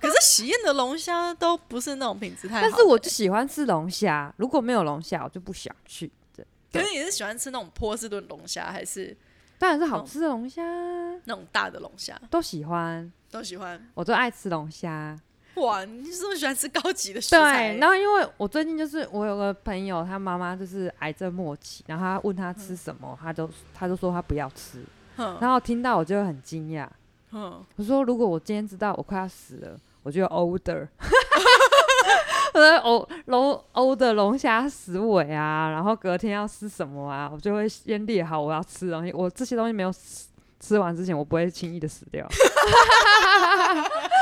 S1: 可是喜宴的龙虾都不是那种品质太好
S2: 但
S1: 的。
S2: 是我就喜欢吃龙虾，如果没有龙虾，我就不想去。这
S1: 可是你是喜欢吃那种波士顿龙虾，还是
S2: 当然是
S1: 嗯
S2: 好吃的龙虾，
S1: 那种大的龙虾？
S2: 都喜欢，
S1: 都喜欢。
S2: 我都爱吃龙虾。
S1: 哇，你是不是喜欢吃高级的食材？
S2: 对，然后因为我最近就是我有个朋友，他妈妈就是癌症末期，然后他问他
S1: 嗯
S2: 吃什么，他就他就说他不要吃，
S1: 哼，
S2: 然后听到我就会很惊讶，
S1: 哼，
S2: 我说如果我今天知道我快要死了，我就 order，我在欧龙欧的龙虾食尾啊，然后隔天要吃什么啊，我就会先列好我要吃的东西，我这些东西没有吃吃完之前，我不会轻易的死掉。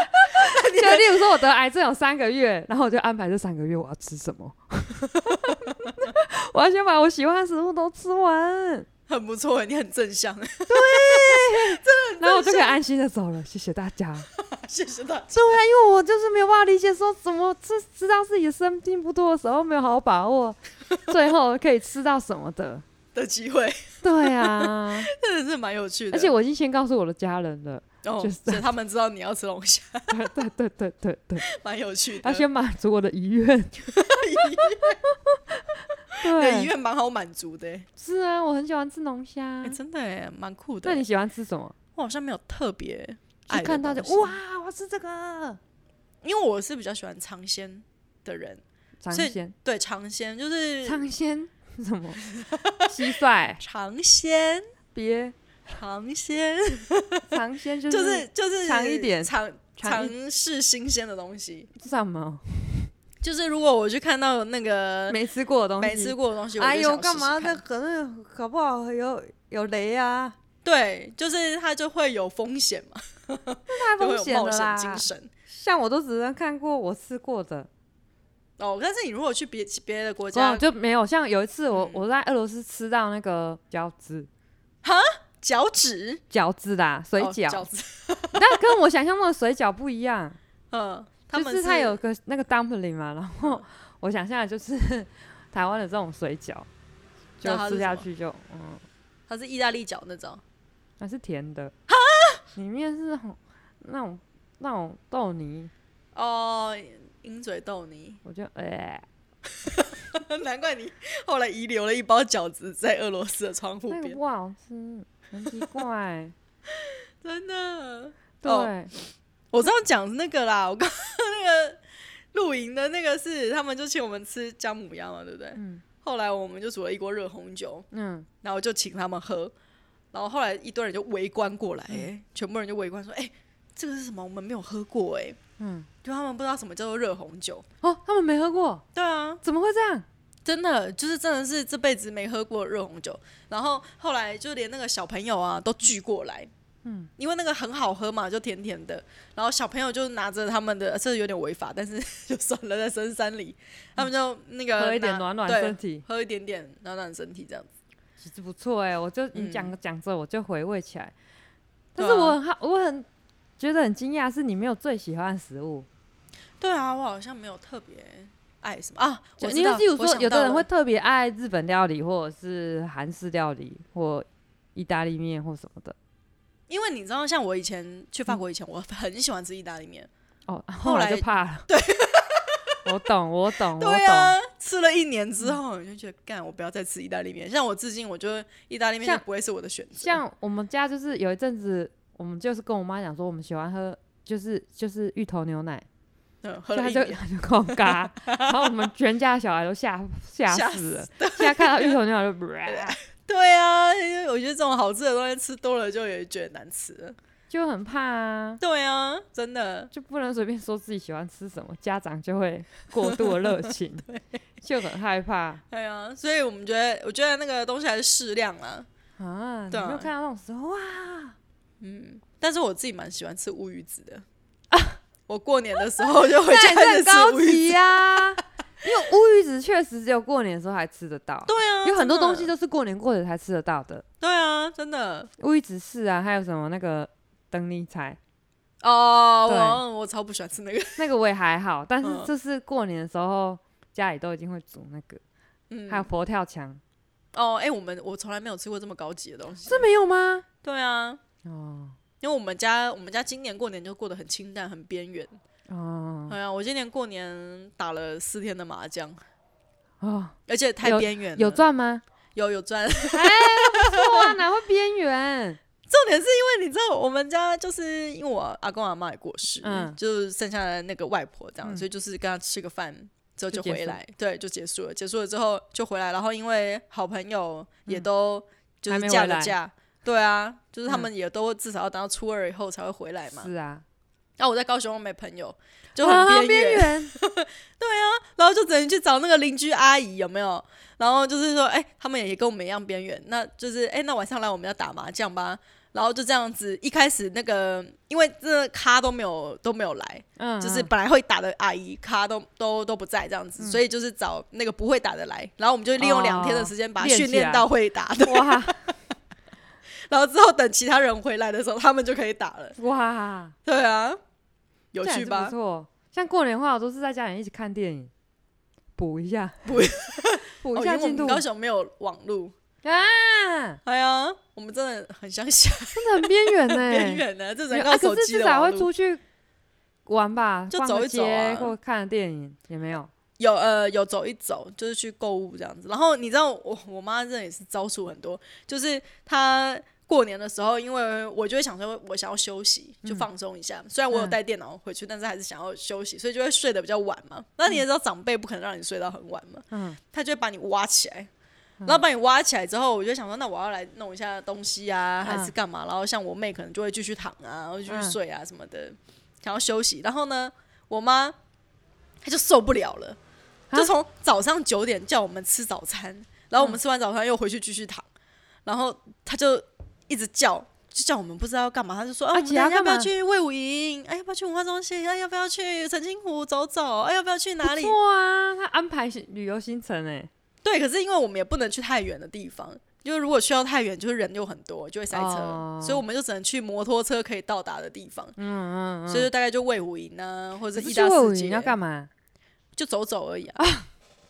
S2: 就例如说，我得癌症有三个月，然后我就安排这三个月我要吃什么， 我要先把我喜欢的食物都吃完，
S1: 很不错，你很正向，
S2: 然后我就可以安心的走了。谢谢大家。
S1: 谢谢大家。
S2: 对啊，因为我就是没有办法理解说怎么知知道自己生病不多的时候没有好好把 握，最后可以吃到什么的。
S1: 的机会
S2: 对啊，
S1: 真的是蛮有趣的，
S2: 而且我已经先告诉我的家人 了。
S1: 哦
S2: 就是，
S1: 所以他们知道你要吃龙虾，
S2: 对对对对对对，
S1: 蛮有趣的。
S2: 要先满足我的遗 愿。
S1: 你的遗
S2: 对，
S1: 愿蛮好满足的欸，
S2: 是啊，我很喜欢吃龙虾
S1: 哎，。真的哎，蛮酷的
S2: 那
S1: 欸。
S2: 嗯你喜欢吃什么？
S1: 我好像没有特别爱
S2: 就
S1: 的
S2: 看到就
S1: 东西，
S2: 哇，我要吃这个
S1: 因为我是比较喜欢尝鲜的人，
S2: 尝
S1: 所以嗯
S2: 鲜，
S1: 对尝鲜就是
S2: 尝鲜是什 么？蟋蟀
S1: 尝鲜，
S2: 别
S1: 尝鲜
S2: 尝鲜就
S1: 就是就是
S2: 尝一点
S1: 尝
S2: 尝
S1: 尝
S2: 一
S1: 试新鲜的东西。
S2: 什么
S1: 就是如果我去看到那个
S2: 没吃过的东西，
S1: 没吃过的东西，我就
S2: 哎呦，
S1: 想
S2: 干
S1: 试试
S2: 嘛？
S1: 看
S2: 那可能搞不好有有雷啊，
S1: 对，就是它就会有风险嘛，
S2: 太
S1: 就会
S2: 风
S1: 有
S2: 险
S1: 冒
S2: 了
S1: 险
S2: 啦！
S1: 精神。
S2: 像我都只能看过我吃过的，
S1: 哦，但是你如果去别别的国
S2: 哦
S1: 家，
S2: 就没有。像有一次我
S1: 嗯
S2: 我在俄罗斯吃到那个饺子，
S1: 脚趾
S2: 饺子啦，水
S1: 哦
S2: 饺，
S1: 饺子，
S2: 但跟我想象中的水饺不一 样，
S1: 嗯，他
S2: 就
S1: 们嗯
S2: 是它有个那个 dumpling 嘛，然后 我想象的就是 台湾的这种水饺，就
S1: 那它是
S2: 吃下
S1: 什么
S2: 去就嗯，
S1: 它是意大利脚那种，
S2: 那是甜的，里面是那种那种那种豆泥，
S1: 哦，鹰嘴豆泥，
S2: 我就哎。
S1: 难怪你后来遗留了一包饺子在俄罗斯的窗户
S2: 那个
S1: 边，
S2: 不好吃，很奇怪。
S1: 真的。
S2: 对，
S1: 哦我知道讲那个啦，我刚刚那个露营的那个是他们就请我们吃姜母鸭嘛，对不对？
S2: 嗯
S1: 后来我们就煮了一锅热红酒，
S2: 嗯，
S1: 然后就请他们喝，然后后来一堆人就围观过来、哎全部人就围观说：“哎、这个是什么？我们没有喝过哎、
S2: 嗯，
S1: 就他们不知道什么叫做热红酒。
S2: 哦，他们没喝过，
S1: 对啊，
S2: 怎么会这样？
S1: 真的就是真的是这辈子没喝过热红酒，然后后来就连那个小朋友啊都聚过来，嗯，因为那个很好喝嘛，就甜甜的，然后小朋友就拿着他们的，这有点违法，但是 就算了，在深山里，他们就呃那个
S2: 喝一点
S1: 拿
S2: 暖暖
S1: 对
S2: 身体，
S1: 喝一点点暖暖身体这样子，
S2: 其实不错哎、我就你
S1: 嗯
S2: 讲讲着我就回味起来，但
S1: 对
S2: 是
S1: 啊
S2: 我很好，我很觉得很惊讶，是你没有最喜欢的食物，
S1: 对啊，我好像没有特别爱什么啊，
S2: 就
S1: 我
S2: 因
S1: 知道
S2: 为例如
S1: 我
S2: 说
S1: 想
S2: 有的
S1: 到
S2: 人
S1: 了
S2: 会特别爱日本料理，或者是韩式料理，或意大利面或什么的。
S1: 因为你知道，像我以前去法国以前，我很喜欢吃意大利面，
S2: 哦，
S1: 啊后
S2: 后来
S1: 来
S2: 就怕了。对， 我懂，我懂，我
S1: 对
S2: 懂。
S1: 啊，吃了一年之后，我就觉得干，我不要再吃意大利面。像我至今，我就意大利面
S2: 像
S1: 就不会是我的选择。
S2: 像我们家就是有一阵子，我们就是跟我妈讲说，我们喜欢喝就是就是芋头牛奶，
S1: 嗯，喝
S2: 所以
S1: 了
S2: 她
S1: 一
S2: 就
S1: 年，
S2: 她就给我嘎，然后我们全家小孩都吓吓
S1: 吓
S2: 死了，现在看到芋头牛奶就
S1: 对啊，因为我觉得这种好吃的东西吃多了就也觉得难吃了。
S2: 就很怕啊。
S1: 对啊，真的，
S2: 就不能随便说自己喜欢吃什么，家长就会过度的热 情，就很害怕
S1: 对啊，所以我们觉得，我觉得那个东西还是适量啦。
S2: 啊！你
S1: 对
S2: 没有
S1: 啊
S2: 看到那种时候哇，
S1: 嗯，但是我自己蛮喜欢吃乌鱼子的。 我过年的时候就回
S2: 那
S1: 家
S2: 也是
S1: 开始
S2: 很
S1: 吃
S2: 高
S1: 乌鱼
S2: 级
S1: 子。
S2: 呀、啊。因为乌鱼子确实只有过年的时候还吃得到，
S1: 对啊，
S2: 有很多
S1: 真的
S2: 东西都是过年过节才吃得到的。
S1: 对啊，真的
S2: 乌鱼子是啊，还有什么那个等你菜，
S1: 哦，
S2: 对
S1: 我我超不喜欢吃那个。
S2: 那个我也还好，但是
S1: 嗯
S2: 这是过年的时候家里都已经会煮那个，
S1: 嗯，
S2: 还有佛跳墙，
S1: 哦，哎、我们我从来没有吃过这么高级的东西。
S2: 这没有吗？
S1: 对啊，
S2: 哦
S1: 因为我们家我们家今年过年就过得很清淡，很边缘。
S2: 哦
S1: 哎呀，我今年过年打了四天的麻将，
S2: 哦，
S1: 而且太边缘了
S2: 有 赚吗？
S1: 有有赚。重
S2: 哇，哪会边缘？
S1: 点是因为你知道，我们家就是因为我阿公阿妈也过世，
S2: 嗯
S1: 就剩下的那个外婆这样，
S2: 嗯
S1: 所以就是跟她吃个饭。之后就
S2: 就结束
S1: 回来，对，就结束了。结束了之后就回来，然后因为好朋友也都就
S2: 嗯还
S1: 是
S2: 没
S1: 嫁
S2: 回
S1: 了
S2: 来
S1: 嫁，对啊，就是他
S2: 嗯
S1: 们也都至少要等到初二以后才会回来嘛。
S2: 是啊，
S1: 然后我在高雄又没朋友，就
S2: 啊
S1: 哎很
S2: 边
S1: 边缘，
S2: 缘，
S1: 然后就只能去找那个邻居阿姨，有没有？然后就是说，哎、他们也跟我们一样边缘，那就是，哎、那晚上来我们要打麻将吧。然后就这样子，一开始那个因为这个咖都没有都没有来，
S2: 嗯，
S1: 就是
S2: 嗯
S1: 本来会打的阿姨咖都都都不在这样子，所以就是找那个不会打的来。然后我们就利用两天的时间把它
S2: 哦练
S1: 训
S2: 起
S1: 练
S2: 来
S1: 到会打的，
S2: 嗯哇
S1: 然后之后等其他人回来的时候，他们就可以打了。
S2: 哇，
S1: 对啊，有
S2: 这样
S1: 趣
S2: 也是
S1: 吧
S2: 不？错。像过年的话，我都是在家里一起看电影，补一下，
S1: 补
S2: 补
S1: 哦
S2: 一
S1: 因
S2: 下
S1: 为我
S2: 进度
S1: 们高雄没有网路，
S2: 啊。
S1: 哎呀，我们真的很乡下
S2: 真的很边缘呢、
S1: 边缘的，这只能
S2: 有
S1: 靠
S2: 啊，
S1: 手
S2: 可是
S1: 机
S2: 至
S1: 的
S2: 少
S1: 网
S2: 会
S1: 路。
S2: 出去玩吧，
S1: 就
S2: 逛
S1: 走
S2: 个
S1: 一走
S2: 街
S1: 啊
S2: 或看个电影也没有。
S1: 有呃有走一走，就是去购物这样子。然后你知道我我妈这也是招数很多，就是她过年的时候，因为我就会想说，我想要休息，
S2: 嗯
S1: 就放松一下。虽然我有带电脑回去，但是还是想要休息，所以就会睡得比较晚嘛。那你也知道，长辈不可能让你睡到很晚嘛，
S2: 嗯，
S1: 她就会把你挖起来。然后把你挖起来之后，我就想说，那我要来弄一下东西
S2: 嗯
S1: 啊，还是干嘛？然后像我妹可能就会继续躺啊，然后继续睡啊什么
S2: 嗯
S1: 的，想要休息。然后呢，我妈她就受不了了，
S2: 啊
S1: 就从早上九点叫我们吃早餐，然后
S2: 嗯
S1: 我们吃完早餐又回去继续躺，然后她就一直叫。就叫我们不知道要干嘛，她就说啊，
S2: 啊
S1: 我们
S2: 姐要
S1: 要不要
S2: 干嘛
S1: 去魏武营？哎，要不要去文化中心？哎，要不要去澄清湖走走？哎，要不要去哪里？
S2: 不错啊，他安排行旅游行程哎、
S1: 对，可是因为我们也不能去太远的地方，就是如果去到太远，就是人又很多，就会塞车，
S2: 哦
S1: 所以我们就只能去摩托车可以到达的地方。
S2: 嗯嗯嗯。
S1: 所以就大概就魏武营啊，或者
S2: 可
S1: 是
S2: 是
S1: 义
S2: 去
S1: 大
S2: 魏武
S1: 世
S2: 营
S1: 界，
S2: 要干嘛？
S1: 就走走而已啊。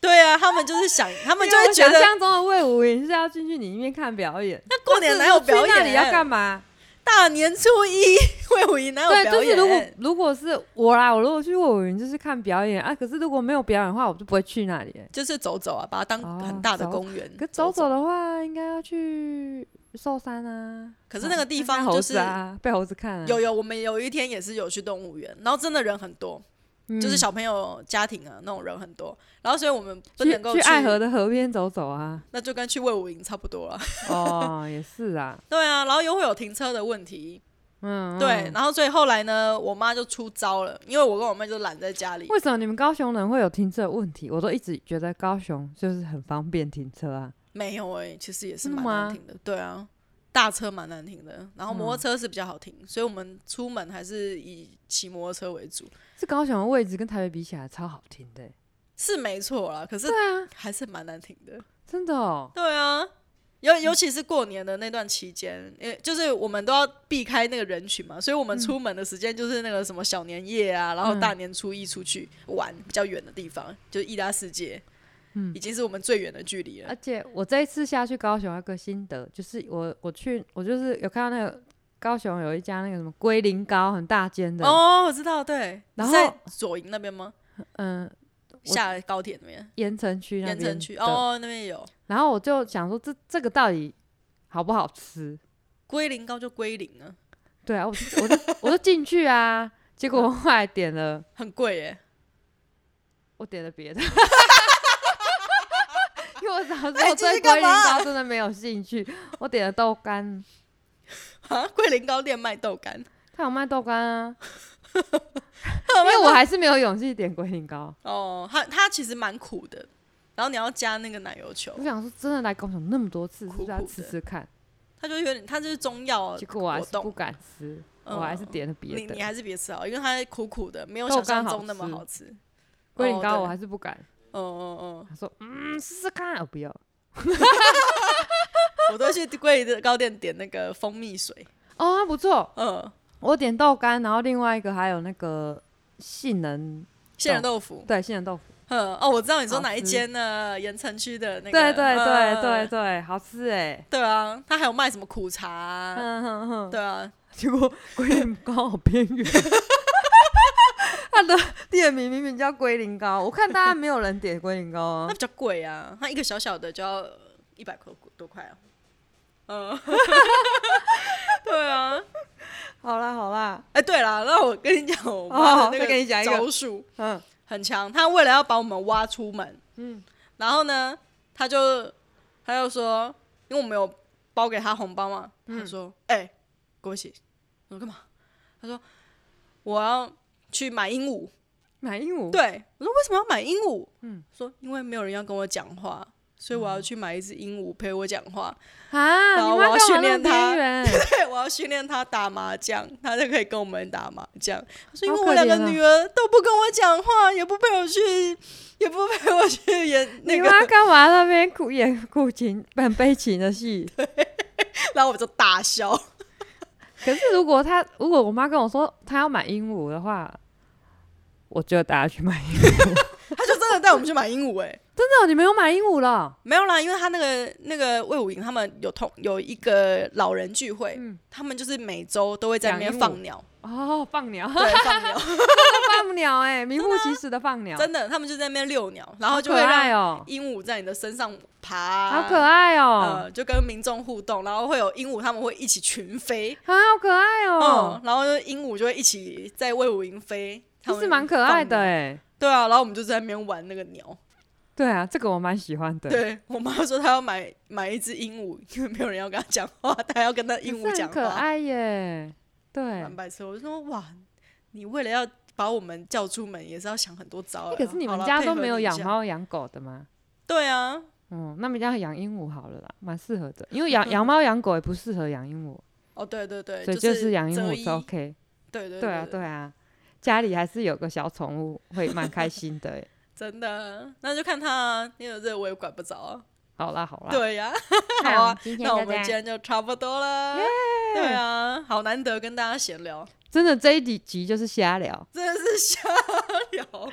S1: 对啊，他们就是想，他
S2: 他
S1: 们就会觉
S2: 想
S1: 得
S2: 象中的魏武营是要进去里面看表演，
S1: 那过年哪有表
S2: 去那里
S1: 演？啊
S2: 要干嘛？
S1: 大年初一 魏武营哪有
S2: 对，
S1: 表
S2: 就是
S1: 演？
S2: 如果如果是我啦，我如果去魏武营就是看表演啊，可是如果没有表演的话，我就不会去那里、欸。
S1: 就是走走啊，把它当
S2: 哦
S1: 很大的
S2: 走
S1: 公园。
S2: 可走走的话，应该要去寿山啊。
S1: 可是那个地方
S2: 看猴
S1: 就是
S2: 子啊，被猴子看啊，
S1: 有有，我们有一天也是有去动物园，然后真的人很多，
S2: 嗯
S1: 就是小朋友家庭啊那种人很多，然后所以我们不
S2: 去
S1: 能够
S2: 去爱河的河边走 走啊。
S1: 那就跟去魏武营差不多了。
S2: 哦，也是啊，
S1: 对啊，然后又会有停车的问题，
S2: 嗯，
S1: 对，
S2: 嗯。
S1: 然后所以后来呢，我妈就出招了，因为我跟我妹就懒在家里。
S2: 为什么你们高雄人会有停车的问题？我都一直觉得高雄就是很方便停车啊。
S1: 没有哎、其实也是
S2: 真的
S1: 蛮
S2: 吗嗯
S1: 难停的，对啊，大车蛮难停的，然后摩托车是比较好停，所以我们出门还是以骑摩托车为主，
S2: 这高雄的位置跟台北比起来超好停的欸、
S1: 是没错啦，可是
S2: 对啊，
S1: 还是蛮难停的。
S2: 真的哦。
S1: 对啊，尤
S2: 嗯
S1: 尤其是过年的那段期间，因为就是我们都要避开那个人群嘛，所以我
S2: 嗯
S1: 们出门的时间就是那个什么小年夜啊，然后大年初一出去玩比较远的地方，就是意大世界，
S2: 嗯啊
S1: 已经是我们最远的距离了
S2: 而。且我这一次下去高雄，有一个心得就是我我去我就是有看到那个高雄有一家那个什么龟苓膏，很大间的，
S1: 哦，我知道，对，
S2: 然
S1: 你在
S2: 后
S1: 左营那边吗？
S2: 嗯，我
S1: 下高铁那边，
S2: 盐城区那边
S1: 盐城区
S2: 的。
S1: 哦，那边有
S2: 然后我就想说这这个到底好不好吃？
S1: 龟苓膏就龟苓啊，
S2: 对啊，我就我就我就进去啊，
S1: 嗯
S2: 结果我后来点了，
S1: 很贵 耶。
S2: 我点了别的。 因为我想说，
S1: 哎
S2: 我
S1: 这是
S2: 对龟
S1: 干嘛
S2: 苓膏真的没有兴趣，我点了豆干，
S1: 啊，龟苓膏店卖豆干，
S2: 他有卖豆干啊，
S1: 因
S2: 因为我还是没有勇气点龟苓膏。
S1: 哦，它它其实蛮苦的，然后你要加那个奶油球
S2: 我，想说，真的来高雄那么多次，是不是要
S1: 苦苦
S2: 吃
S1: 的
S2: 吃看？
S1: 它就有点，它就是中药
S2: 结果我还
S1: 果
S2: 是不
S1: 冻。
S2: 敢吃，
S1: 嗯
S2: 我还是点了别
S1: 你
S2: 的
S1: 你。还是别吃好，因为它苦苦的，没有
S2: 豆
S1: 想
S2: 干
S1: 象
S2: 好
S1: 中那么
S2: 吃
S1: 好吃。
S2: 龟
S1: 哦
S2: 苓膏我
S1: 对
S2: 还是不敢。
S1: 哦哦
S2: 他说：“嗯，试试看。”我不要。
S1: 哦，我都去龟苓膏店点那个蜂蜜水，
S2: 哦，它不错。
S1: 嗯，
S2: 我点豆干，然后另外一个还有那个杏仁，
S1: 杏仁豆腐，
S2: 对，杏仁豆腐。
S1: 嗯，哦，我知道你说
S2: 好
S1: 哪一
S2: 吃
S1: 间呢？盐城区的那个，
S2: 对对对
S1: 嗯
S2: 对对，好吃哎。
S1: 对啊，他还有卖什么苦茶啊、
S2: 嗯哼哼。
S1: 对啊，
S2: 结果龟苓膏好偏 远。它的店名明明叫龟苓膏，我看大家没有人点龟苓膏
S1: 那
S2: 啊。
S1: 比较贵啊，它一个小小的就要一百块多块啊。嗯， 对啊，
S2: 好啦好啦，
S1: 哎、对啦，那我跟你讲，我妈
S2: 哦
S1: 的那
S2: 再跟你讲一个
S1: 招数
S2: 嗯
S1: 很强，她为了要把我们挖出门，
S2: 嗯，
S1: 然后呢，她就她就说，因为我们有包给她红包嘛，
S2: 嗯
S1: 她说，哎、给我一起，我说干嘛？她说我要去买鹦鹉。
S2: 买鹦鹉。
S1: 对，我说为什么要买鹦鹉？嗯，说因为没有人要跟我讲话，所以我
S2: 嗯
S1: 要去买一只鹦鹉陪我讲话。
S2: 啊，
S1: 然后
S2: 你
S1: 我
S2: 妈
S1: 要
S2: 干嘛
S1: 训
S2: 那
S1: 练
S2: 么
S1: 它
S2: 边缘？
S1: 对，我要训练它打麻将，它就可以跟我们打麻将。他说因为
S2: 好
S1: 我
S2: 可
S1: 两个
S2: 怜哦
S1: 女儿都不跟我讲话，也不陪我去， 也不陪我去演 那
S2: 你
S1: 个，
S2: 妈干嘛那边哭演哭情很悲情的戏？
S1: 然后我就大笑。
S2: 可是如果她如果我妈跟我说她要买鹦鹉的话，我就带她去买鹦鹉。
S1: 他就真的带我们去买鹦鹉、欸，哎，
S2: 真的哦，你没有买鹦鹉了？
S1: 没有啦，因为他那个那个魏武营他们有同有一个老人聚会，
S2: 嗯
S1: 他们就是每周都会在那
S2: 养
S1: 边
S2: 鹦鹉
S1: 放鸟，
S2: 哦，放鸟，
S1: 对，放 鸟，
S2: 放鸟哎、名副其实的放鸟，
S1: 真的，他们就在那边遛鸟，然后
S2: 好
S1: 就
S2: 可
S1: 会让
S2: 爱哦、
S1: 鹦鹉在你的身上爬啊，
S2: 好可爱哦、
S1: 呃，就跟民众互动，然后会有鹦鹉，他们会一起群飞，
S2: 啊，好可爱哦、
S1: 嗯，然后就鹦鹉就会一起在魏武营飞，他
S2: 其
S1: 们
S2: 实蛮可爱
S1: 放
S2: 的
S1: 鸟
S2: 哎、
S1: 对啊，然后我们就在那边玩那个鸟，
S2: 对啊，这个我蛮喜欢的，
S1: 对我妈说她要买买一只鹦鹉，因为没有人要跟她讲话，她要跟那鹦鹉
S2: 可是
S1: 讲
S2: 很可
S1: 话，
S2: 爱欸耶。对，
S1: 蛮白痴。我就说哇，你为了要把我们叫出门，也是要想很多招、啊
S2: 哎可是你
S1: 好
S2: 们
S1: 啦
S2: 家
S1: 配
S2: 都
S1: 合
S2: 没有
S1: 你一
S2: 养
S1: 下
S2: 猫养狗的吗？
S1: 对啊，
S2: 嗯，那么家养鹦鹉好了啦，蛮适合的，因 为养养猫养狗也不适合养鹦鹉，
S1: 哦对对对，
S2: 所以
S1: 就
S2: 就是养鹦
S1: 择
S2: 鹉
S1: 一
S2: 是 OK。
S1: 对对
S2: 对啊，对啊，家里还是有个小宠物会蛮开心的欸。
S1: 真的，那就看他、啊，因为这我也管不着啊。
S2: 好啦好啦，
S1: 对呀、
S2: 那
S1: 好
S2: 我
S1: 啊
S2: 们今天
S1: 那我
S2: 就
S1: 们
S2: 这
S1: 今
S2: 样。
S1: 天就差不多了。对啊，好难得跟大家闲聊，
S2: 真的这一集集就是瞎聊，
S1: 真的是瞎聊。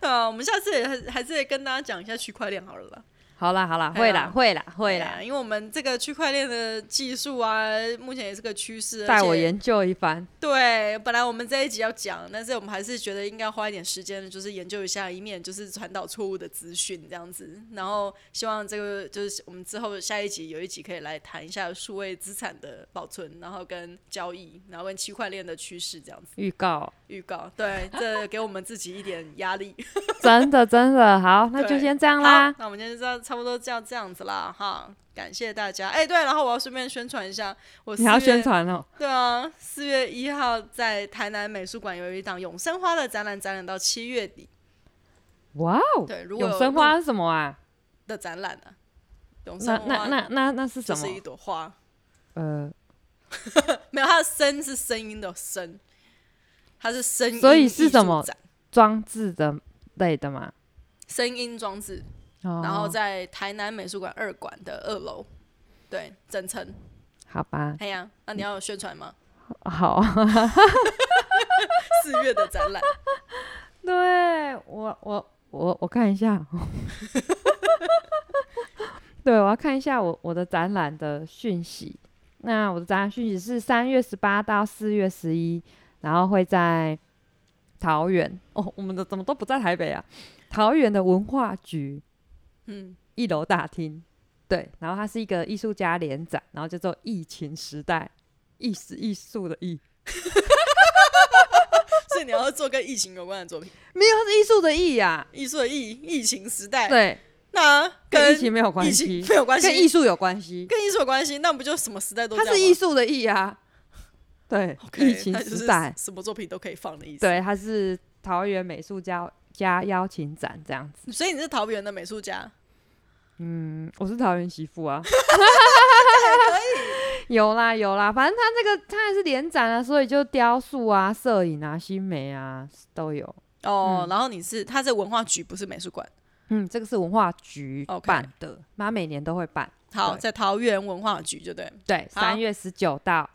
S1: 对啊，我们下次也还还是跟大家讲一下区块链好了啦。
S2: 好啦好啦，
S1: 哎
S2: 会
S1: 呀
S2: 啦会啦会
S1: 对啊
S2: 啦，
S1: 因为我们这个区块链的技术啊，目前也是个趋势。
S2: 带我
S1: 而且
S2: 研究一番。
S1: 对，本来我们这一集要讲，但是我们还是觉得应该花一点时间，就是研究一下，以免就是传导错误的资讯这样子。然后希望这个就是我们之后下一集有一集可以来谈一下数位资产的保存，然后跟交易，然后跟区块链的趋势这样子
S2: 预 告，
S1: 预告。对，这给我们自己一点压力。
S2: 真的真的 好，啊那就
S1: 对
S2: 先这样
S1: 好
S2: 啦，。
S1: 那我们今天就差不多这样这样子啦哈。感谢大家，哎、对，然后我要顺便宣传一下，我
S2: 你还要
S1: 4月
S2: 宣传哦，
S1: 对啊，四月一号在台南美术馆有一档永生花的展览，展览到七月底。
S2: 哇哦，
S1: 对，如果
S2: 永
S1: 有
S2: 生花是什么啊？
S1: 的展览呢、永
S2: 那
S1: 生
S2: 那
S1: 花
S2: 那那那是
S1: 就
S2: 什
S1: 是一
S2: 么？
S1: 朵花，
S2: 呃，
S1: 没有它的声是声音的声，它是声音，
S2: 所以是什么
S1: 展？
S2: 装置的类的嘛。
S1: 声音装置，
S2: 哦
S1: 然后在台南美术馆二馆的二楼，对，整层。
S2: 好吧，
S1: 哎呀，那你要有宣传吗？
S2: 好，
S1: 四月的展览，
S2: 对我我我我看一下， 对我要看一下我我的展览的讯息。那我的展览讯息是三月十八到四月十一，然后会在桃园哦，我们的怎么都不在台北啊？桃园的文化局
S1: 嗯，
S2: 一楼大厅，对，然后它是一个艺术家联展，然后叫做“疫情时代”，艺是艺术的艺，
S1: 所以你要做跟疫情有关的作品，
S2: 没有它是艺术的艺呀、
S1: 艺术的疫，疫情时代，
S2: 对，
S1: 那
S2: 跟
S1: 跟
S2: 疫情没有关
S1: 疫
S2: 系
S1: 情，没有关系，
S2: 跟艺术有关系，
S1: 跟艺术有关系，那不就什么时代都
S2: 它
S1: 这样
S2: 是艺
S1: 吗
S2: 术的艺啊，对
S1: OK，
S2: 疫情
S1: 它就是
S2: 时代，
S1: 什么作品都可以放的意思。，
S2: 对，它是桃园美术家家邀请展这样子，
S1: 所以你是桃园的美术家，
S2: 嗯，我是桃园媳妇啊。 有啦有啦，反正它这个它还是联展啊，所以就雕塑啊、摄影啊、新媒啊都有。
S1: 哦，然后你是他是文化局，不是美术馆。
S2: 嗯，这个是文化局
S1: OK
S2: 办的，它每年都会办。
S1: 好，
S2: 对
S1: 在桃园文化局就对，
S2: 对，
S1: 好
S2: 三月十九到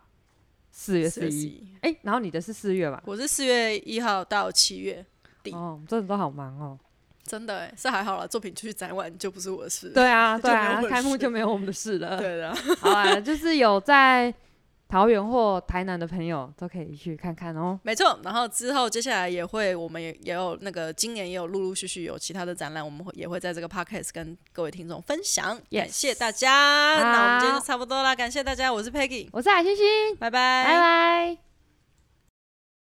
S2: 四月十一。
S1: 11
S2: 哎、然后你的是四月吧？
S1: 我是四月一号到七月，底
S2: 哦，我们真的都好忙哦。
S1: 真的欸是还好啦，作品去展览就不是我的事。
S2: 对啊，
S1: 就
S2: 对
S1: 没有
S2: 啊
S1: 我，的
S2: 开幕
S1: 事
S2: 就没有我们的事了。
S1: 对的，
S2: 好啊，就是有在桃园或台南的朋友都可以去看看哦。
S1: 没错。然后之后接下来也会，我们也也有那个今年也有陆陆续续有其他的展览，我们会也会在这个 podcast 跟各位听众分享。感
S2: Yes
S1: 谢大家，那我们今天
S2: 好
S1: 就差不多啦，感谢大家，我是 Peggy，
S2: 我是海星星，
S1: 拜
S2: 拜拜。